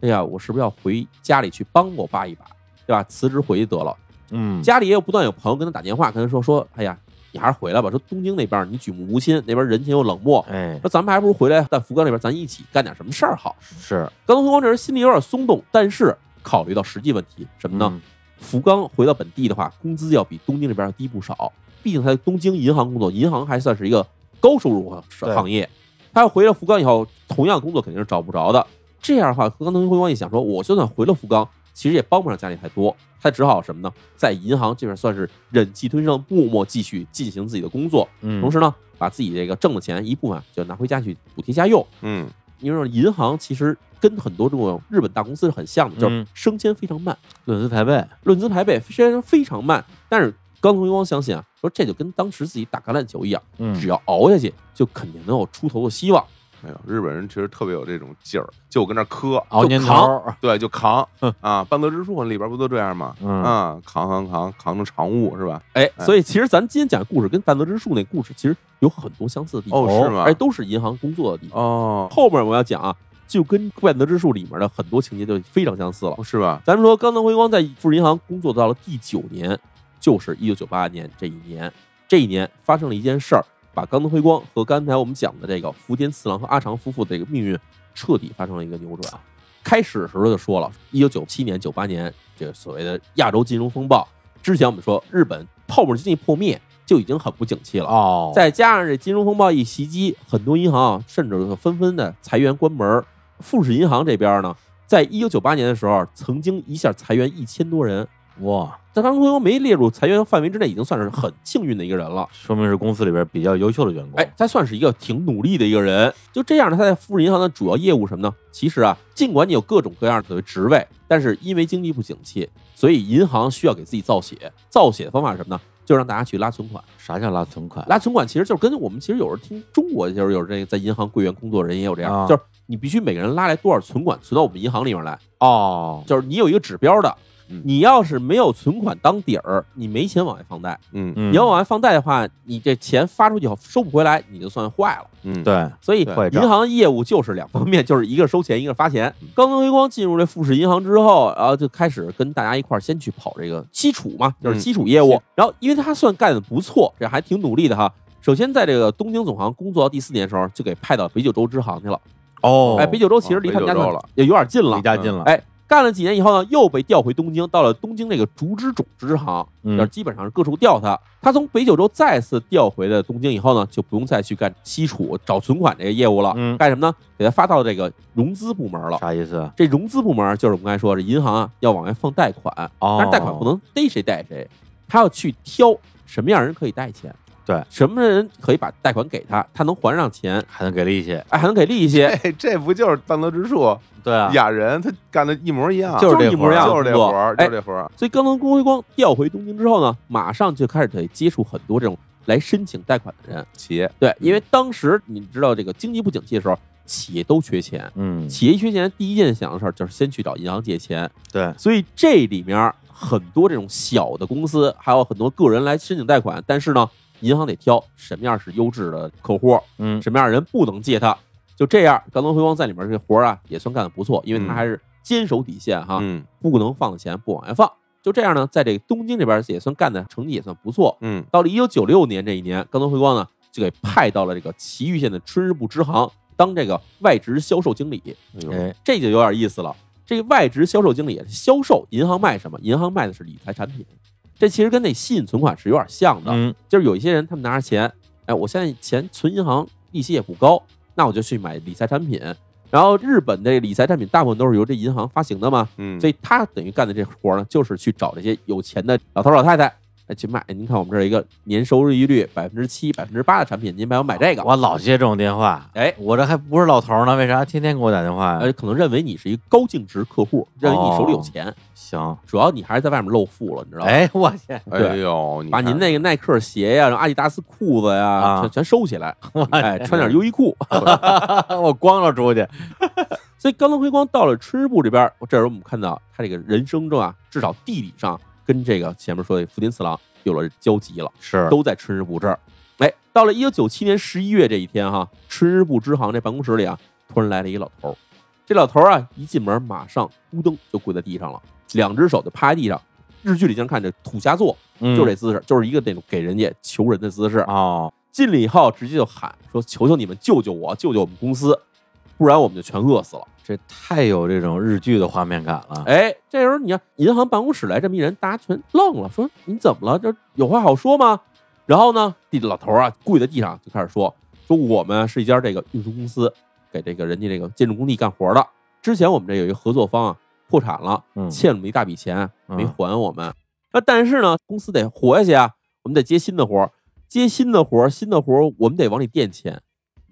A: 哎呀，我是不是要回家里去帮我爸一把，对吧？辞职回去得了。”
B: 嗯，
A: 家里也有不断有朋友跟他打电话，跟他说：“说，哎呀，你还是回来吧。说东京那边你举目无亲，那边人情又冷漠，
B: 哎，
A: 说咱们还不如回来在福冈那边，咱一起干点什么事儿好。
B: 是”
A: 冈东光这人心里有点松动，但是考虑到实际问题，什么呢？
B: 嗯
A: 福冈回到本地的话，工资要比东京这边要低不少。毕竟他在东京银行工作，银行还算是一个高收入
B: 对
A: 行业。他要回了福冈以后，同样工作肯定是找不着的。这样的话，冈藤辉光一想说，我就算回了福冈，其实也帮不上家里太多。他只好什么呢，在银行这边算是忍气吞声，默默继续进行自己的工作，
B: 嗯，
A: 同时呢，把自己这个挣的钱一部分就拿回家去补贴家用。
C: 嗯，
A: 因为银行其实跟很多这种日本大公司是很像的，就是
B: 嗯
A: 升迁非常慢。
B: 论资排辈，
A: 论资排辈虽然非常慢，但是冈同一光相信啊，说这就跟当时自己打橄榄球一样，只
B: 嗯，
A: 要熬下去，就肯定能有出头的希望。
C: 没有，哎日本人其实特别有这种劲儿，就我跟那儿磕，
B: 熬
A: 就
B: 年头
A: 扛
B: 儿，
C: 对，就扛
A: 嗯
C: 啊，半泽之树里边不都这样吗？
B: 嗯
C: 啊，扛扛扛，扛成长物是吧？
A: 哎，
C: 哎
A: 所以其实咱今天讲的故事跟半泽之树那故事其实有很多相似的地方，
C: 哦是吗
A: 而且都是银行工作的地方。
C: 哦，
A: 后面我要讲啊，就跟半泽之树里面的很多情节就非常相似了。
C: 哦是吧？
A: 啊咱们说，冈藤辉光在富士银行工作到了第九年，就是一九九八年这一年。这一年发生了一件事儿，把冈藤辉光和刚才我们讲的这个福田次郎和阿长夫妇的这个命运彻底发生了一个扭转。啊开始的时候就说了，一九九七年、九八年这个所谓的亚洲金融风暴之前，我们说日本泡沫经济破灭就已经很不景气了。啊
B: 哦，
A: 再加上这金融风暴一袭击，很多银行啊甚至就纷纷的裁员关门儿。富士银行这边呢，在一九九八年的时候，曾经一下裁员一千多人，
B: 哇，
A: 但张坤没列入裁员范围之内，已经算是很幸运的一个人了。
B: 说明是公司里边比较优秀的员工。
A: 哎，，他算是一个挺努力的一个人。就这样呢，他在富士银行的主要业务什么呢？其实啊，尽管你有各种各样的职位，但是因为经济不景气，所以银行需要给自己造血。造血的方法是什么呢？就让大家去拉存款。
B: 啥叫拉存款？
A: 拉存款其实就是跟我们其实有时候听中国就是有这个在银行柜员工作人也有这样，
B: 啊
A: 就是你必须每个人拉来多少存款存到我们银行里面来，
B: 哦，
A: 就是你有一个指标的。
C: 嗯
A: 你要是没有存款当底儿，你没钱往外放贷。
C: 嗯
B: 你
A: 你要往外放贷的话，你这钱发出去以后收不回来，你就算坏了。
C: 嗯，
B: 对，
A: 所以
B: 对
A: 银行业务就是两方面，就是一个收钱，一个发钱。刚刚辉光进入这富士银行之后，然后就开始跟大家一块儿先去跑这个基础嘛，就是基础业务。
B: 嗯
A: 然后因为他算干的不错，这还挺努力的哈。首先在这个东京总行工作到第四年的时候，就给派到北九州支行去了。
B: 哦，
A: 哎，北九州其实离他们家
C: 北九州
A: 算
C: 了
A: 也有点近了
B: 离。家近了，
A: 哎，干了几年以后呢，又被调回东京，到了东京那个竹之种支行，
B: 嗯
A: 就是基本上是各处调他。他从北九州再次调回的东京以后呢，就不用再去干西储找存款这个业务了，
B: 嗯
A: 干什么呢？给他发到这个融资部门了。
B: 哎啥意思？
A: 这融资部门就是我们刚才说，这银行啊要往外放贷款，
B: 哦，
A: 但是贷款不能逮谁贷谁，他要去挑什么样人可以贷钱，
B: 对，
A: 什么人可以把贷款给他，他能还上钱，
B: 还能给力气，
A: 哎，还能给利息，
C: 这这不就是半泽之树
B: 对啊，
C: 俩人他干的一模一样，
A: 就是
B: 这
A: 一
B: 活
A: 模
B: 儿
A: 一样的
C: 就是这
A: 工作
C: 活儿，就
A: 哎
C: 是，这活儿，
A: 所以刚刚龚辉光调回东京之后呢，马上就开始得接触很多这种来申请贷款的人。
C: 企业
A: 对，因为当时你知道这个经济不景气的时候，企业都缺钱，
B: 嗯，
A: 企业一缺钱，第一件想的事儿就是先去找银行借钱。
B: 对，
A: 所以这里面很多这种小的公司，还有很多个人来申请贷款，但是呢，银行得挑什么样是优质的客户，
B: 嗯，
A: 什么样的人不能借他。就这样，刚刚辉光在里面这活儿啊也算干得不错，因为他
C: 嗯
A: 还是坚守底线哈。
C: 嗯
A: 不能放的钱不往外放。就这样呢，在这个东京这边也算干的成绩也算不错。
C: 嗯
A: 到了一九九六年这一年，冈藤辉光呢就给派到了这个崎玉县的春日部支行当这个外直销售经理，
B: 哎，
A: 这就有点意思了。这个外直销售经理销售银行卖什么？银行卖的是理财产品，这其实跟那吸引存款是有点像的。
B: 嗯，
A: 就是有一些人他们拿着钱，哎，我现在钱存银行利息也不高，那我就去买理财产品。然后日本的理财产品大部分都是由这银行发行的嘛，
C: 嗯，
A: 所以他等于干的这活儿呢，就是去找这些有钱的老头儿老太太，哎，去买。您看我们这儿一个年收益率百分之七、百分之八的产品，您买我买这个，
B: 我啊老接这种电话，
A: 哎
B: 我这还不是老头儿呢，为啥天天给我打电话
A: 呃，
B: 呀？
A: 可能认为你是一个高净值客户，认为你手里有钱，
B: 行，
A: 主要你还是在外面露富了，你知道吗？
B: 哎，我天，
C: 哎呦，你
A: 把您那
C: 个
A: 个耐克鞋呀、然后阿迪达斯裤子呀，
B: 啊
A: 全全收 起来，哎，穿点优衣库。
B: 我光着出去，
A: 所以冈藤辉光到了春日部这边儿，这时候我们看到他这个人生中啊，至少地理上跟这个前面说的福田次郎有了交集了。
B: 是
A: 都在春日部这儿。哎，到了一九九七年十一月这一天哈、春日部支行这办公室里啊，突然来了一老头儿。这老头儿啊，一进门马上咕噔就跪在地上了，两只手就趴在地上。日剧里经常看这土下座，
B: 就
A: 就这姿势，就是一个那种给人家求人的姿势。
B: 嗯哦，
A: 进来以后，直接就喊说：“求求你们救救我，救救我们公司，不然我们就全饿死了。”
B: 这太有这种日剧的画面感了。
A: 哎，这时候你看银行办公室来这么一人，大家全愣了，说你怎么了？这有话好说吗？然后呢，地老头啊跪在地上就开始说，说我们是一家这个运输公司，给这个人家这个建筑工地干活的。之前我们这有一个合作方啊破产了，
B: 嗯
A: 欠了我们一大笔钱
B: 嗯
A: 没还我们。那、但是呢，公司得活下去啊，我们得接新的活儿，接新的活儿，新的活儿我们得往里垫钱，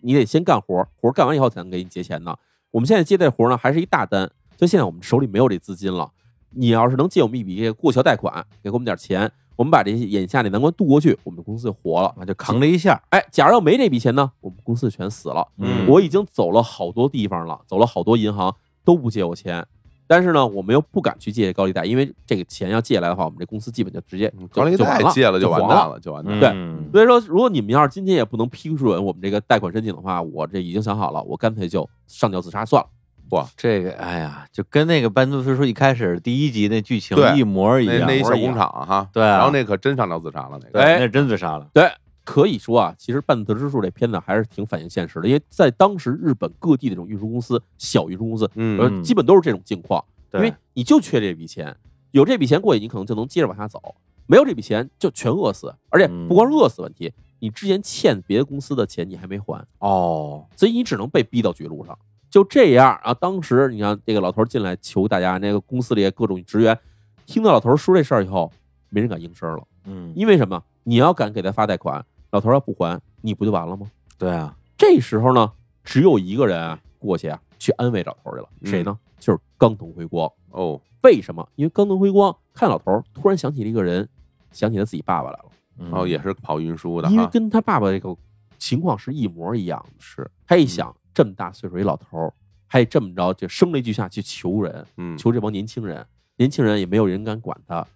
A: 你得先干活儿，活儿干完以后才能给你结钱呢。我们现在接这活儿呢，还是一大单，所以现在我们手里没有这资金了。你要是能借我们一笔这个过桥贷款，给我们点钱，我们把这些眼下那难关渡过去，我们公司就活了。
B: 啊，就扛了一下，
A: 哎，假如要没这笔钱呢，我们公司全死了。
C: 嗯
A: 我已经走了好多地方了，走了好多银行都不借我钱，但是呢，我们又不敢去借高利贷，因为这个钱要借来的话，我们这公司基本就直接就
C: 嗯高利贷
A: 就
C: 借了
A: 就
C: 完
A: 黄
C: 蛋了，就完蛋了。
A: 对
B: 嗯
A: 所以说，如果你们要是今天也不能批准我们这个贷款申请的话，我这已经想好了，我干脆就上吊自杀算了。
B: 这个，哎呀，就跟那个《班都飞说》一开始第一集那剧情
C: 对
B: 一模一
C: 那
B: 样，
C: 那一小工
B: 一模一样，
C: 厂哈，
B: 对啊
C: 然后那可真上吊自杀了，
B: 对，
C: 那个，
A: 哎
B: 那是真自杀了，
A: 对，可以说啊，其实《半泽之树》这片子还是挺反映现实的，因为在当时日本各地的这种运输公司、小运输公司，呃
C: 嗯，，
A: 基本都是这种境况，因
B: 对
A: 为你就缺这笔钱，有这笔钱过去，你可能就能接着往下走；没有这笔钱，就全饿死。而且
B: 嗯
A: 不光是饿死问题，你之前欠别的公司的钱你还没还，
B: 哦，
A: 所以你只能被逼到绝路上。就这样啊，当时你看这个老头进来求大家，那个公司里各种职员听到老头说这事儿以后，没人敢应声了。
B: 嗯，
A: 因为什么？你要敢给他发贷款，老头儿要不还，你不就完了吗？
B: 对啊，
A: 这时候呢，只有一个人啊过去啊，去安慰老头儿去了，
C: 嗯
A: 谁呢？就是冈藤辉光。
C: 哦，
A: 为什么？因为冈藤辉光看老头儿，突然想起了一个人，想起了自己爸爸来了，
B: 嗯
C: 然后也是跑运输的
A: 因为
C: 哈，
A: 跟他爸爸这个情况是一模一样的。
C: 是，
A: 他一想，这么大岁数一老头儿，还这么着就声泪俱下去求人，
C: 嗯，
A: 求这帮年轻人，年轻人也没有人敢管他，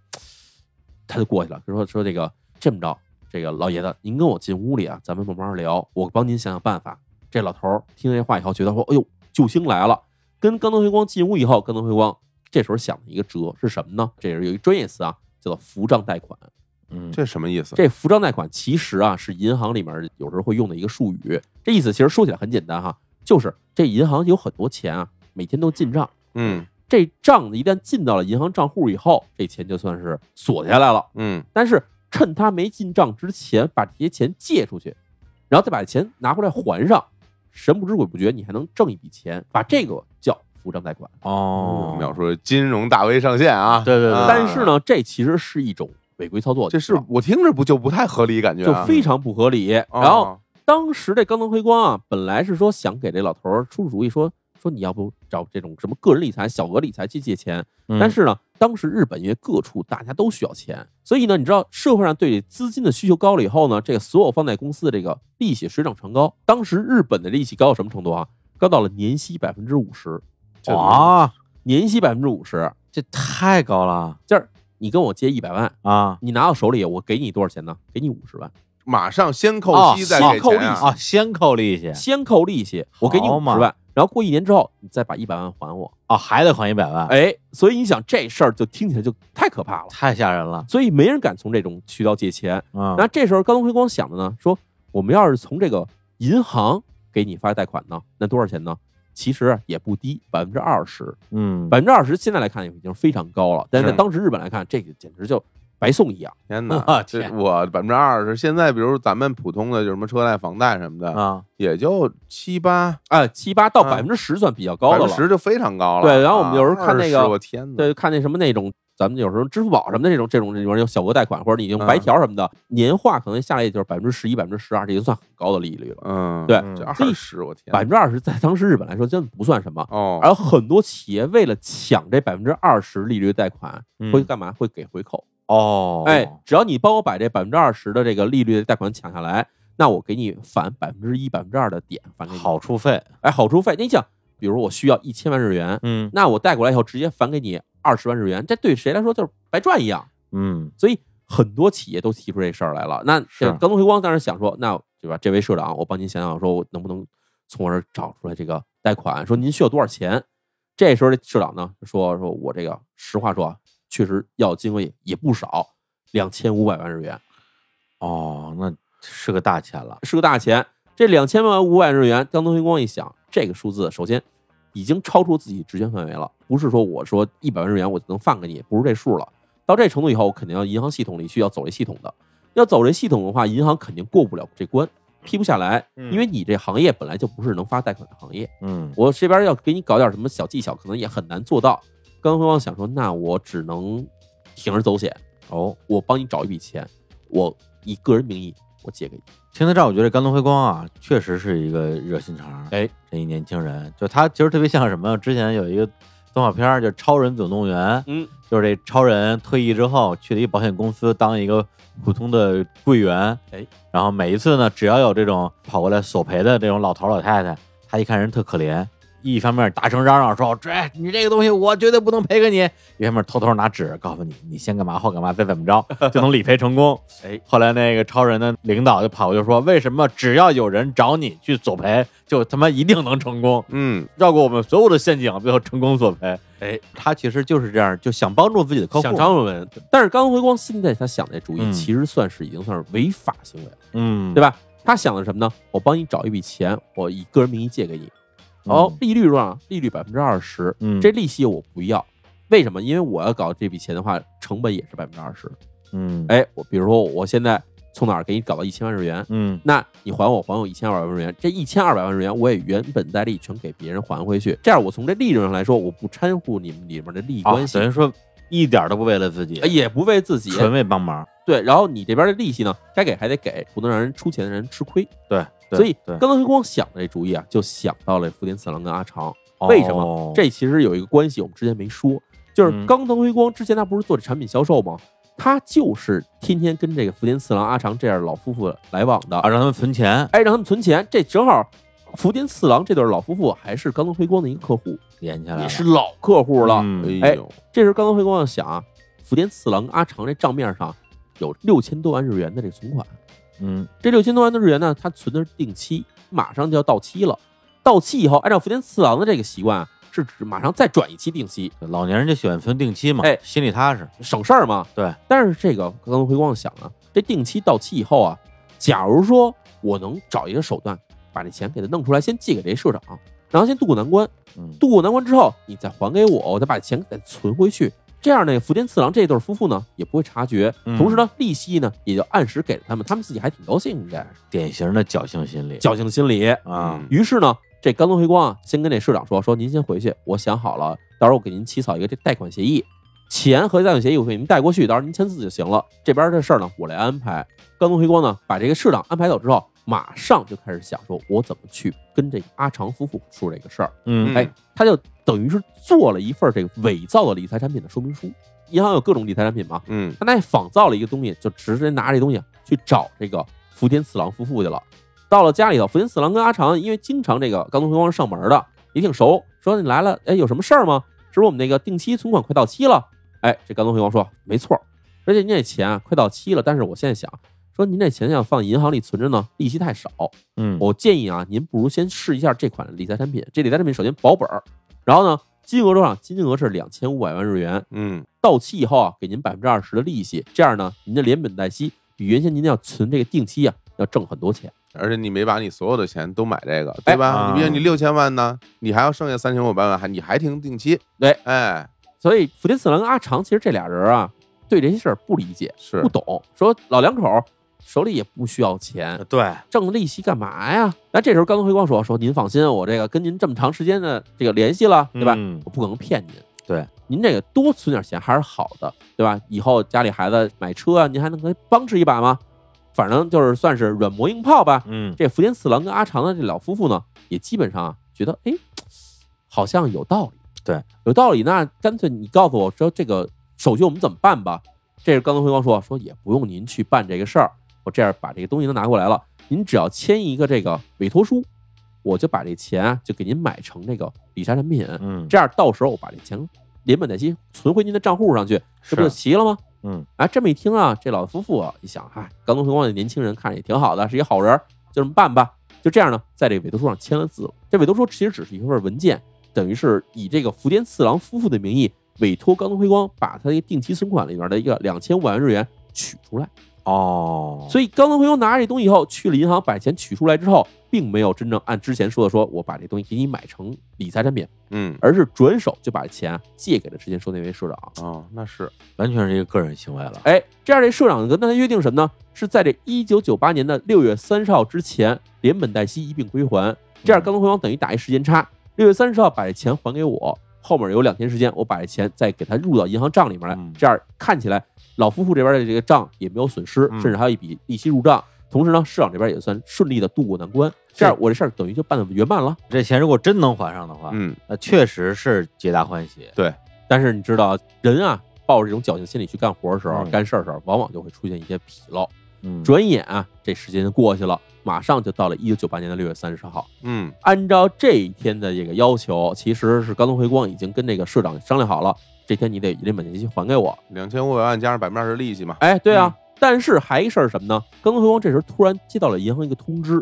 A: 他就过去了，就说说这个这么着，这个老爷子，您跟我进屋里啊，咱们慢慢聊，我帮您想想办法。这老头儿听这话以后，觉得说，哎呦，救星来了。跟冈藤辉光进屋以后，冈藤辉光这时候想了一个辙是什么呢？这是有一个专业词啊，叫做扶账贷款。
B: 嗯，
C: 这什么意思？
A: 这扶账贷款其实啊是银行里面有时候会用的一个术语。这意思其实说起来很简单哈，就是这银行有很多钱啊，每天都进账。
C: 嗯
A: 这账一旦进到了银行账户以后，这钱就算是锁下来了。
C: 嗯
A: 但是趁他没进账之前，把这些钱借出去，然后再把钱拿回来还上，神不知鬼不觉，你还能挣一笔钱，把这个叫扶账贷款。
B: 哦，
C: 描述金融大 V 上线啊，
B: 对对对
C: 啊
A: 但是，呢，这其实是一种违规操作，
C: 这是我听着不就不太合理感觉
A: 啊就
C: 啊，
A: 非常不合理。
C: 哦
A: 然后当时这冈藤辉光啊，本来是说想给这老头儿出主意说。说你要不找这种什么个人理财、小额理财去借钱，
B: 嗯
A: 但是呢，当时日本因为各处大家都需要钱，所以呢，你知道社会上对资金的需求高了以后呢，这个所有放贷公司的这个利息水涨船高。当时日本的利息高到什么程度啊？高到了年息百分之五十，
C: 这
B: 哇，
A: 年息百分之五十，
B: 这太高了
A: 就是你跟我借一百万，
B: 啊！
A: 你拿到手里，我给你多少钱呢？给你五十万，
C: 马上先扣
B: 哦
C: 息再
B: 先
C: 给
A: 扣
C: 钱
A: 利
C: 啊
A: 息
B: 啊，先扣利息
A: 先扣利息，我给你
B: 好
A: 五
B: 嘛
A: 十万，然后过一年之后你再把一百万还我。
B: 哦，还得还一百万，，
A: 哎，所以你想这事儿就听起来就太可怕了，
B: 太吓人了，
A: 所以没人敢从这种渠道借钱。
C: 啊
B: 嗯，
A: 那这时候高东辉光想的呢，说我们要是从这个银行给你发贷款呢，那多少钱呢？其实啊也不低，百分之二十，
B: 嗯，
A: 百分之二十现在来看已经非常高了，但是在
C: 是
A: 当时日本来看，这个简直就白送一样。
C: 天哪
B: 我，
C: 这
B: 天
C: 我百分之二十，现在比如咱们普通的就什么车贷、房贷什
A: 嗯
C: 么的，
B: 啊，
C: 也就七八
A: 啊，七八到
C: 啊
A: 百分之十算比较高
C: 百
A: 的
C: 分
A: 了。
C: 之十就非常高了。
A: 对然后我们有时候
C: 啊
A: 看那个
C: 20我天哪，
A: 对，看那什么那种，咱们有时候支付宝什么的这种这种里面有小额贷款，或者你用
C: 嗯
A: 白条什么的，年化可能下来也就是百分之十一、百分之十二，这已经算很高的利率了。
C: 嗯，
A: 对
C: 这
A: 所以
C: 二十我天
A: 百
C: 哪，
A: 分之二十在当时日本来说真的不算什么，
C: 哦，
A: 而很多企业为了抢这百分之二十利率贷款，
B: 嗯
A: 会干嘛？会给回扣。
B: 哦，
A: 哎，只要你帮我把这百分之二十的这个利率贷款抢下来，那我给你返百分之一、百分之二的点返给你。
B: 好，处费，
A: 哎，好处费，你想，比如我需要一千万日元，
B: 嗯
A: 那我贷过来以后直接返给你二十万日元，这对谁来说就是白赚一样。
B: 嗯，
A: 所以很多企业都提出这事儿来了。那这
B: 是
A: 高东辉光当时想说，那对吧？这位社长，我帮您想想，说我能不能从我这儿找出来这个贷款？说您需要多少钱？这时候这社长呢就说说我这个实话说啊，确实要金额也也不少，两千五百万日元
B: 哦，那是个大钱了，
A: 是个大钱。这两千万五百日元，江东辉光一想，这个数字首先已经超出自己职权范围了，不是说我说一百万日元我就能放给你，不是这数了。到这程度以后，我肯定要银行系统里去要走这系统的，要走这系统的话，银行肯定过不了这关，批不下来，
B: 嗯
A: 因为你这行业本来就不是能发贷款的行业，
B: 嗯，
A: 我这边要给你搞点什么小技巧，可能也很难做到。刚刚光想说，那我只能铤而走险，
B: 哦，
A: 我帮你找一笔钱，我以个人名义我借给你，
B: 听到这儿，我觉得甘东辉光啊，确实是一个热心肠。
A: 哎，
B: 这一年轻人，就他其实特别像什么呀？之前有一个动画片儿，就《超人总动员》，
A: 嗯，
B: 就是这超人退役之后去了一保险公司当一个普通的柜员，
A: 哎，
B: 然后每一次呢，只要有这种跑过来索赔的这种老头儿老太太，他一看人特可怜，一方面大声嚷嚷说：“这你这个东西我绝对不能赔给你。”一方面偷偷拿纸告诉你，你先干嘛后干嘛再怎么着就能理赔成功。
A: 哎，
B: 后来那个超人的领导就跑过去说：“为什么只要有人找你去索赔，就他妈一定能成功？”
C: 嗯，
B: 绕过我们所有的陷阱，最后成功索赔。
A: 哎，
B: 他其实就是这样，就想帮助自己的客户。
A: 想张文文，但是刚回光现在他想这主意，
B: 嗯
A: 其实算是已经算是违法行为了，
B: 嗯，
A: 对
B: 吧？
A: 吧？他想的是什么呢？我帮你找一笔钱，我以个人名义借给你，哦，利率多少？利率百分之二十，
B: 嗯，
A: 这利息我不要。为什么？因为我要搞这笔钱的话，成本也是百分之二十。
B: 嗯，
A: 哎，我比如说我现在从哪儿给你搞到一千万日元，
B: 嗯
A: 那你还我还我一千二百万日元，这一千二百万日元我也原本带利全给别人还回去，这样我从这利润上来说，我不掺和你们里面的利益
B: 啊
A: 关系，
B: 等于说一点都不为了自己，
A: 也不为自己
B: 纯为帮忙。
A: 对，然后你这边的利息呢，该给还得给，不能让人出钱的人吃亏。
B: 对，对
A: 所以
B: 对
A: 刚才光想的这主意啊，就想到了福田次郎跟阿长，为什么
B: 哦
A: 这其实有一个关系，我们之前没说，就是
B: 嗯
A: 冈藤辉光之前他不是做这产品销售吗？他就是天天跟这个福田次郎、阿长这样老夫妇来往的，
B: 啊让他们存钱
A: 哎，让他们存钱，这正好福田次郎这对老夫妇还是冈藤辉光的一个客户，
B: 连起来了
A: 也是
C: 哎
A: 老客户了。
B: 嗯
A: 哎
C: 呦，
A: 这时候冈藤辉光要想啊，福田次郎、阿长这账面上有六千多万日元的这个存款。
B: 嗯
A: 这六千多万的日元呢，它存的是定期，马上就要到期了。到期以后，按照福田次郎的这个习惯啊，是指马上再转一期定期，
B: 老年人就喜欢存定期嘛，
A: 哎
B: 心里踏实。
A: 省事儿嘛。
B: 对。
A: 但是这个刚刚回光想啊，这定期到期以后啊，假如说我能找一个手段把这钱给他弄出来，先借给这社长，然后先渡过难关。
B: 嗯，
A: 渡过难关之后，你再还给我，我再把钱给存回去。这样呢，福田次郎这对夫妇呢也不会察觉，
B: 嗯
A: 同时呢，利息呢也就按时给了他们，他们自己还挺高兴的，
B: 典型的侥幸心理
A: 侥幸心理。
B: 啊
C: 嗯，
A: 于是呢，这甘龙回光啊，先跟这社长说：“说您先回去，我想好了，到时候我给您起草一个这贷款协议，钱和贷款协议我给您带过去，到时候您签字就行了。这边这事儿呢，我来安排。”甘龙回光呢，把这个社长安排走之后，马上就开始想说，我怎么去跟这个阿长夫妇说这个事儿。
B: 嗯
A: 哎，他就等于是做了一份这个伪造的理财产品的说明书。银行有各种理财产品嘛，
C: 嗯
A: 他那仿造了一个东西，就直接拿这东西去找这个福田次郎夫妇去了。到了家里头，福田次郎跟阿长因为经常这个冈东辉光上门的，也挺熟，说你来了，哎，有什么事儿吗？是不是我们那个定期存款快到期了？哎，这冈东辉光说没错儿，而且您这钱啊快到期了，但是我现在想说您这钱要放银行里存着呢，利息太少，
B: 嗯
A: 我建议啊，您不如先试一下这款理财产品。这理财产品首先保本儿，然后呢，金额多少？金额是两千五百万日元，
C: 嗯
A: 到期以后啊，给您百分之二十的利息，这样呢，您的连本带息比原先您要存这个定期啊要挣很多钱。
C: 而且你没把你所有的钱都买这个，对吧？
B: 啊
C: 你比如你六千万呢，你还要剩下三千五百万，还你还停定期，
A: 对
C: 哎，
A: 所以福田次郎跟阿长其实这俩人啊，对这些事儿不理解、
C: 是
A: 不懂，说老两口儿手里也不需要钱，
B: 对，
A: 挣利息干嘛呀？那这时候刚辉光说：“说您放心，我这个跟您这么长时间的这个联系了，对吧？
B: 嗯
A: 我不可能骗您。
B: 对，
A: 您这个多存点钱还是好的，对吧？以后家里孩子买车啊，您还能给帮衬一把吗？反正就是算是软磨硬泡吧。
B: 嗯
A: 这福田次郎跟阿长的这老夫妇呢，也基本上啊觉得，哎，好像有道理。
B: 对，
A: 有道理。那干脆你告诉我说这个手续我们怎么办吧？这是刚才辉光说，说也不用您去办这个事儿，我这样把这个东西都拿过来了，您只要签一个这个委托书，我就把这钱啊就给您买成这个理财产品，
B: 嗯
A: 这样到时候我把这钱连本带息存回您的账户上去，这不就是齐了吗？
B: 嗯
A: 啊，这么一听啊，这老夫妇啊，一想，哎，刚东回光的年轻人看着也挺好的，是一好人儿，就这么办吧。就这样呢，在这个委托书上签了字了。这委托书其实只是一份文件，等于是以这个福田次郎夫妇的名义委托冈东辉光把他的定期存款里面的一个两千五百万日元取出来。
B: 哦，
A: 所以冈东辉光拿着这东西以后去了银行把钱取出来之后，并没有真正按之前说的说我把这东西给你买成理财产品，
C: 嗯
A: 而是转手就把钱啊借给了之前说那位社长。
C: 哦，那是
B: 完全是一个个人行为了。
A: 哎，这样这社长跟他约定什么呢？是在这一九九八年的六月三十号之前，连本带息一并归还。这样，
B: 嗯
A: 刚东回王等于打一时间差，六月三十号把这钱还给我，后面有两天时间，我把这钱再给他入到银行账里面来
B: 嗯。
A: 这样看起来，老夫妇这边的这个账也没有损失，
B: 嗯
A: 甚至还有一笔利息入账。同时呢，市场这边也算顺利的渡过难关，这样我这事儿等于就办的圆满了。
B: 这钱如果真能还上的话，
C: 嗯，
B: 那确实是皆大欢喜。
A: 但是你知道，人啊，抱着这种侥幸心理去干活的时候、
B: 嗯
A: 干事儿的时候，往往就会出现一些疲劳。
B: 嗯，
A: 转眼啊，这时间就过去了，马上就到了一九九八年的六月三十号。
C: 嗯
A: 按照这一天的这个要求，其实是高能回光已经跟这个社长商量好了，这天你得把本金息还给我。
C: 两千五百万加上百分之二十利息嘛，
A: 哎，对啊，但是还一事儿是什么呢？高能回光这时候突然接到了银行一个通知，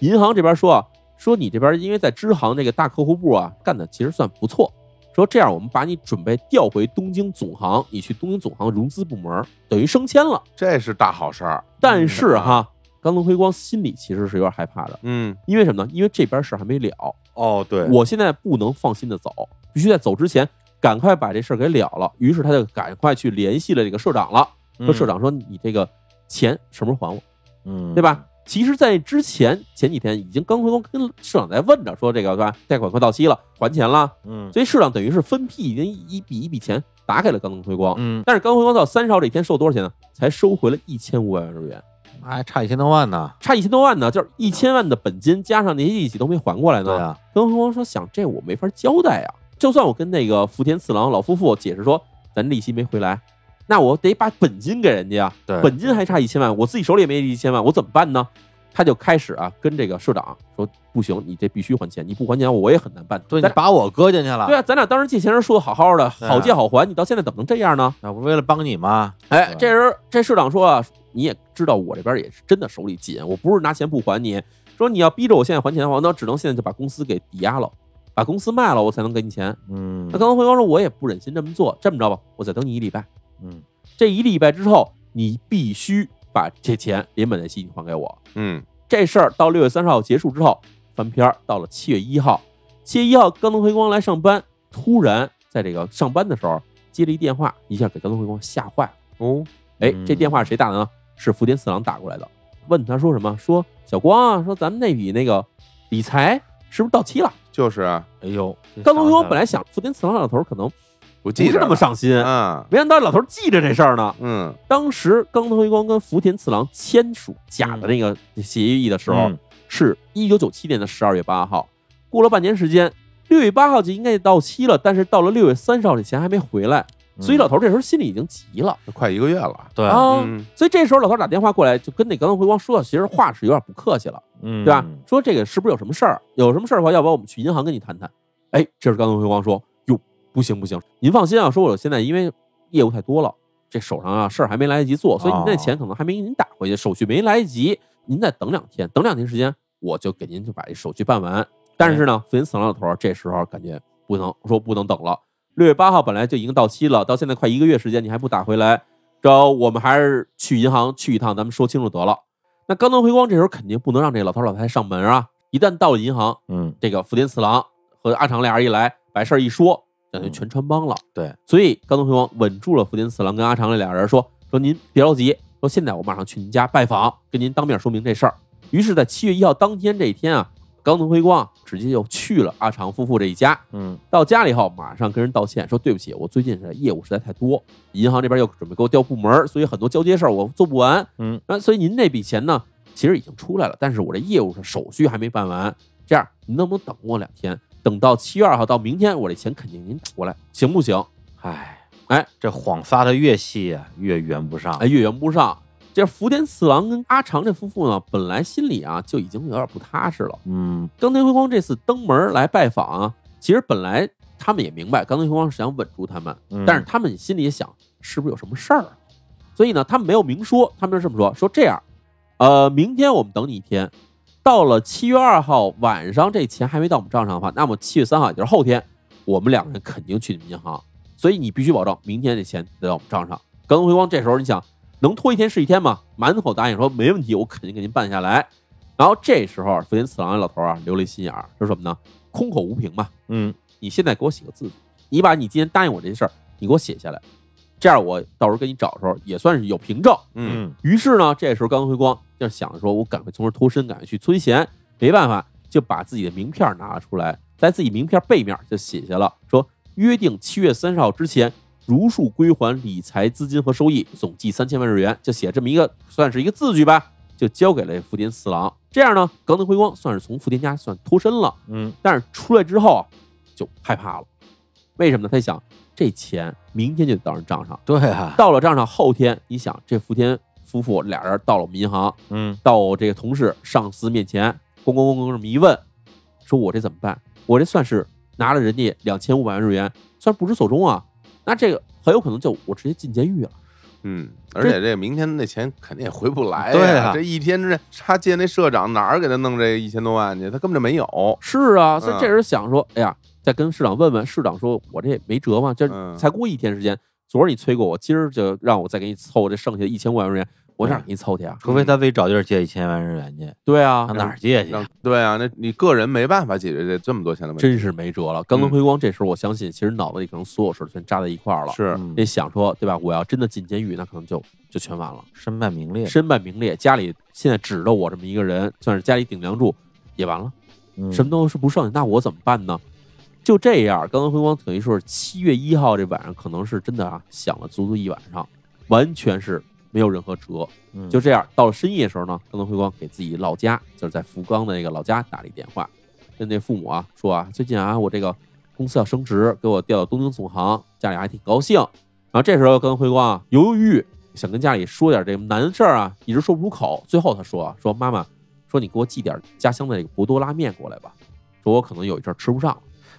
A: 银行这边说啊，说你这边因为在支行这个大客户部啊干的其实算不错，说这样我们把你准备调回东京总行，你去东京总行融资部门，等于升迁了。
C: 这是大好事儿。
A: 但是啊哈，高能回光心里其实是有点害怕的，
C: 嗯
A: 因为什么呢？因为这边事儿还没了，
B: 哦，对，
A: 我现在不能放心的走，必须在走之前赶快把这事儿给了了。于是他就赶快去联系了这个社长了，说
B: 嗯
A: 社，长说你这个钱什么时候还我，
B: 嗯，
A: 对吧？？其实，在之前前几天已经刚回光跟社长在问着说这个对吧，贷款快到期了，还钱了。
B: 嗯
A: 所以社长等于是分批已经一笔一笔钱打给了刚回光，
B: 嗯，
A: 但是刚回光到三十号这天收了多少钱呢？才收回了一千五百万日元，
B: 还差一千多万呢。
A: 哎差一千多万呢，就是一千万的本金加上那些利息都没还过来
B: 对
A: 呢。
B: 啊，
A: 跟何光说想这我没法交代啊。就算我跟那个福田次郎老夫妇解释说咱利息没回来，那我得把本金给人家啊，
B: 对，嗯
A: 本金还差一千万，我自己手里也没一千万，我怎么办呢？他就开始啊跟这个社长说不行，你这必须还钱，你不还钱我也很难办。
B: 对你
A: 咱
B: 把我搁进去了，
A: 对啊，咱俩当时借钱时说的好好的，
B: 对啊啊
A: 好借好还，你到现在怎么能这样呢？
B: 那不是为了帮你吗？
A: 哎，
B: 对
A: 这时候这社长说啊，你也知道我这边也是真的手里紧，我不是拿钱不还你，说你要逼着我现在还钱的话，那只能现在就把公司给抵押了，把公司卖了，我才能给你钱。
B: 嗯，
A: 那刚刚回光说，我也不忍心这么做，这么着吧，我再等你一礼拜，
B: 嗯，
A: 这一礼拜之后，你必须把这钱连本带息你还给我。
C: 嗯，
A: 这事儿到六月三十号结束之后，翻篇儿到了七月一号，七月一号刚能回光来上班，突然在这个上班的时候接了一电话，一下给刚能回光吓坏了。
C: 哦，
A: 哎，
B: 嗯
A: 这电话是谁打的呢？是福田四郎打过来的，问他说什么？说小光啊，说咱们那笔那个理财是不是到期了？
C: 就是啊，
B: 哎呦，
A: 刚能回光本来想福田四郎老头可能
C: 不
A: 不
C: 记
A: 是
C: 着
A: 那么上心，
C: 啊，
A: 没想到老头记着这事儿呢。
C: 嗯
A: 当时冈头一光跟福田次郎签署假的那个协议的时候，
B: 嗯
A: 是哦一九九七年的十二月八号，过了半年时间，六月八号就应该到期了，但是到了六月三十号，这钱还没回来，所以老头这时候心里已经急了、
C: 嗯，快一个月了，
B: 嗯对，
A: 啊。
C: 嗯嗯
A: 所以这时候老头打电话过来，就跟那冈头回光说的，其实话是有点不客气了，
B: 嗯，
A: 对吧？说这个是不是有什么事儿？有什么事儿的话，要不然我们去银行跟你谈谈。哎，这时刚才回光说：“哟，不行不行，您放心啊，说我现在因为业务太多了，这手上啊事儿还没来得及做，所以您那钱可能还没给您打回去，手续没来得及，您再等两天，等两天时间我就给您就把这手续办完。”但是呢，福林死老头儿这时候感觉不能说不能等了。六月八号本来就已经到期了，到现在快一个月时间，你还不打回来，这我们还是去银行去一趟，咱们说清楚得了。那刚能回光这时候肯定不能让这老头老太太上门啊！一旦到了银行，
B: 嗯，
A: 这个福田次郎和阿长俩人一来，把事儿一说，等于全穿帮了。
B: 对，
A: 所以刚能回光稳住了福田次郎跟阿长这俩人，说说您别着急，说现在我马上去您家拜访，跟您当面说明这事儿。于是，在七月一号当天这一天啊，刚能回光啊直接就去了阿长夫妇这一家。
B: 嗯，
A: 到家里以后，马上跟人道歉，说对不起，我最近是业务实在太多，银行这边又准备给我调部门儿，所以很多交接事儿我做不完。
B: 嗯，
A: 啊，所以您那笔钱呢，其实已经出来了，但是我这业务上手续还没办完，这样您能不能等我两天？等到七月二号到明天，我这钱肯定您过来，行不行？
B: 哎，
A: 哎，
B: 这谎撒的越细啊，越圆不上。
A: 哎，月圆不上。这福田次郎跟阿长这夫妇呢，本来心里啊就已经有点不踏实了。
B: 嗯，
A: 冈田辉光这次登门来拜访啊，其实本来他们也明白冈田辉光是想稳住他们，
B: 嗯
A: 但是他们心里也想，是不是有什么事儿啊？所以呢，他们没有明说，他们是这么说：说这样，呃，明天我们等你一天，到了七月二号晚上，这钱还没到我们账上的话，那么七月三号，也就是后天，我们两个人肯定去你们银行，所以你必须保证明天这钱得到我们账上。刚回光这时候，你想能拖一天是一天吗？满口答应说没问题，我肯定给您办下来。然后这时候，福田次郎老头啊流了一心眼儿，说什么呢？空口无凭嘛，
B: 嗯，
A: 你现在给我写个字，你把你今天答应我这事儿，你给我写下来，这样我到时候给你找的时候也算是有凭证。
C: 嗯
B: 嗯，
A: 于是呢，这时候刚回光就想着说，我赶快从这儿脱身，赶快去催钱。没办法，就把自己的名片拿了出来，在自己名片背面就写下了说，约定七月三十号之前如数归还理财资金和收益，总计三千万日元，就写这么一个，算是一个字据吧。就交给了福田四郎。这样呢，冈藤辉光算是从福田家算脱身了，
B: 嗯，
A: 但是出来之后啊就害怕了。为什么呢？他想这钱明天就得到人账上，
B: 对啊，
A: 到了账上后天，你想这福田夫妇俩人到了银行，
B: 嗯
A: 到这个同事、上司面前，咣咣咣咣这么一问，说我这怎么办？我这算是拿了人家两千五百万日元，算不知所终啊。那这个很有可能就我直接进监狱了。
C: 嗯，而且这明天那钱肯定也回不来呀
B: 对啊
C: 这一天之内，他见那社长哪儿给他弄这一千多万去？他根本就没有。
A: 是啊，所以
C: 嗯
A: 这人想说，哎呀，再跟市长问问，市长说我这也没辙嘛，这
C: 嗯
A: 才过一天时间，昨儿你催过我，今儿就让我再给你凑这剩下的一千五百万日元，我哪儿给你凑去啊？
B: 除非他自己找地儿借一千万日元去，
A: 对啊，
B: 上哪儿借去啊？
C: 让对啊，那你个人没办法解决这这么多钱的问题，
A: 真是没
B: 嗯
A: 辙了。刚刚辉光这时候，我相信其实脑子里可能所有事儿全扎在一块儿了。
C: 是
B: 嗯
A: 也想说，对吧？我要真的进监狱，那可能就就全完了，
B: 身败名裂，
A: 身败名裂，家里现在指着我这么一个人，算是家里顶梁柱，也完了，
B: 嗯
A: 什么都是不剩，那我怎么办呢？就这样，刚刚辉光等于说是七月一号这晚上，可能是真的啊，想了足足一晚上，完全是没有任何辙。
B: 嗯
A: 就这样，到了深夜的时候呢，刚刚辉光给自己老家，就是在福冈的那个老家打了一电话，跟那父母啊说啊，最近啊我这个公司要升职，给我调到东京总行，家里还挺高兴。然后这时候刚刚辉光啊犹犹豫豫，想跟家里说点这个难事儿啊，一直说不出口。最后他说啊，说妈妈，说你给我寄点家乡的这个博多拉面过来吧，说我可能有一阵儿吃不上了。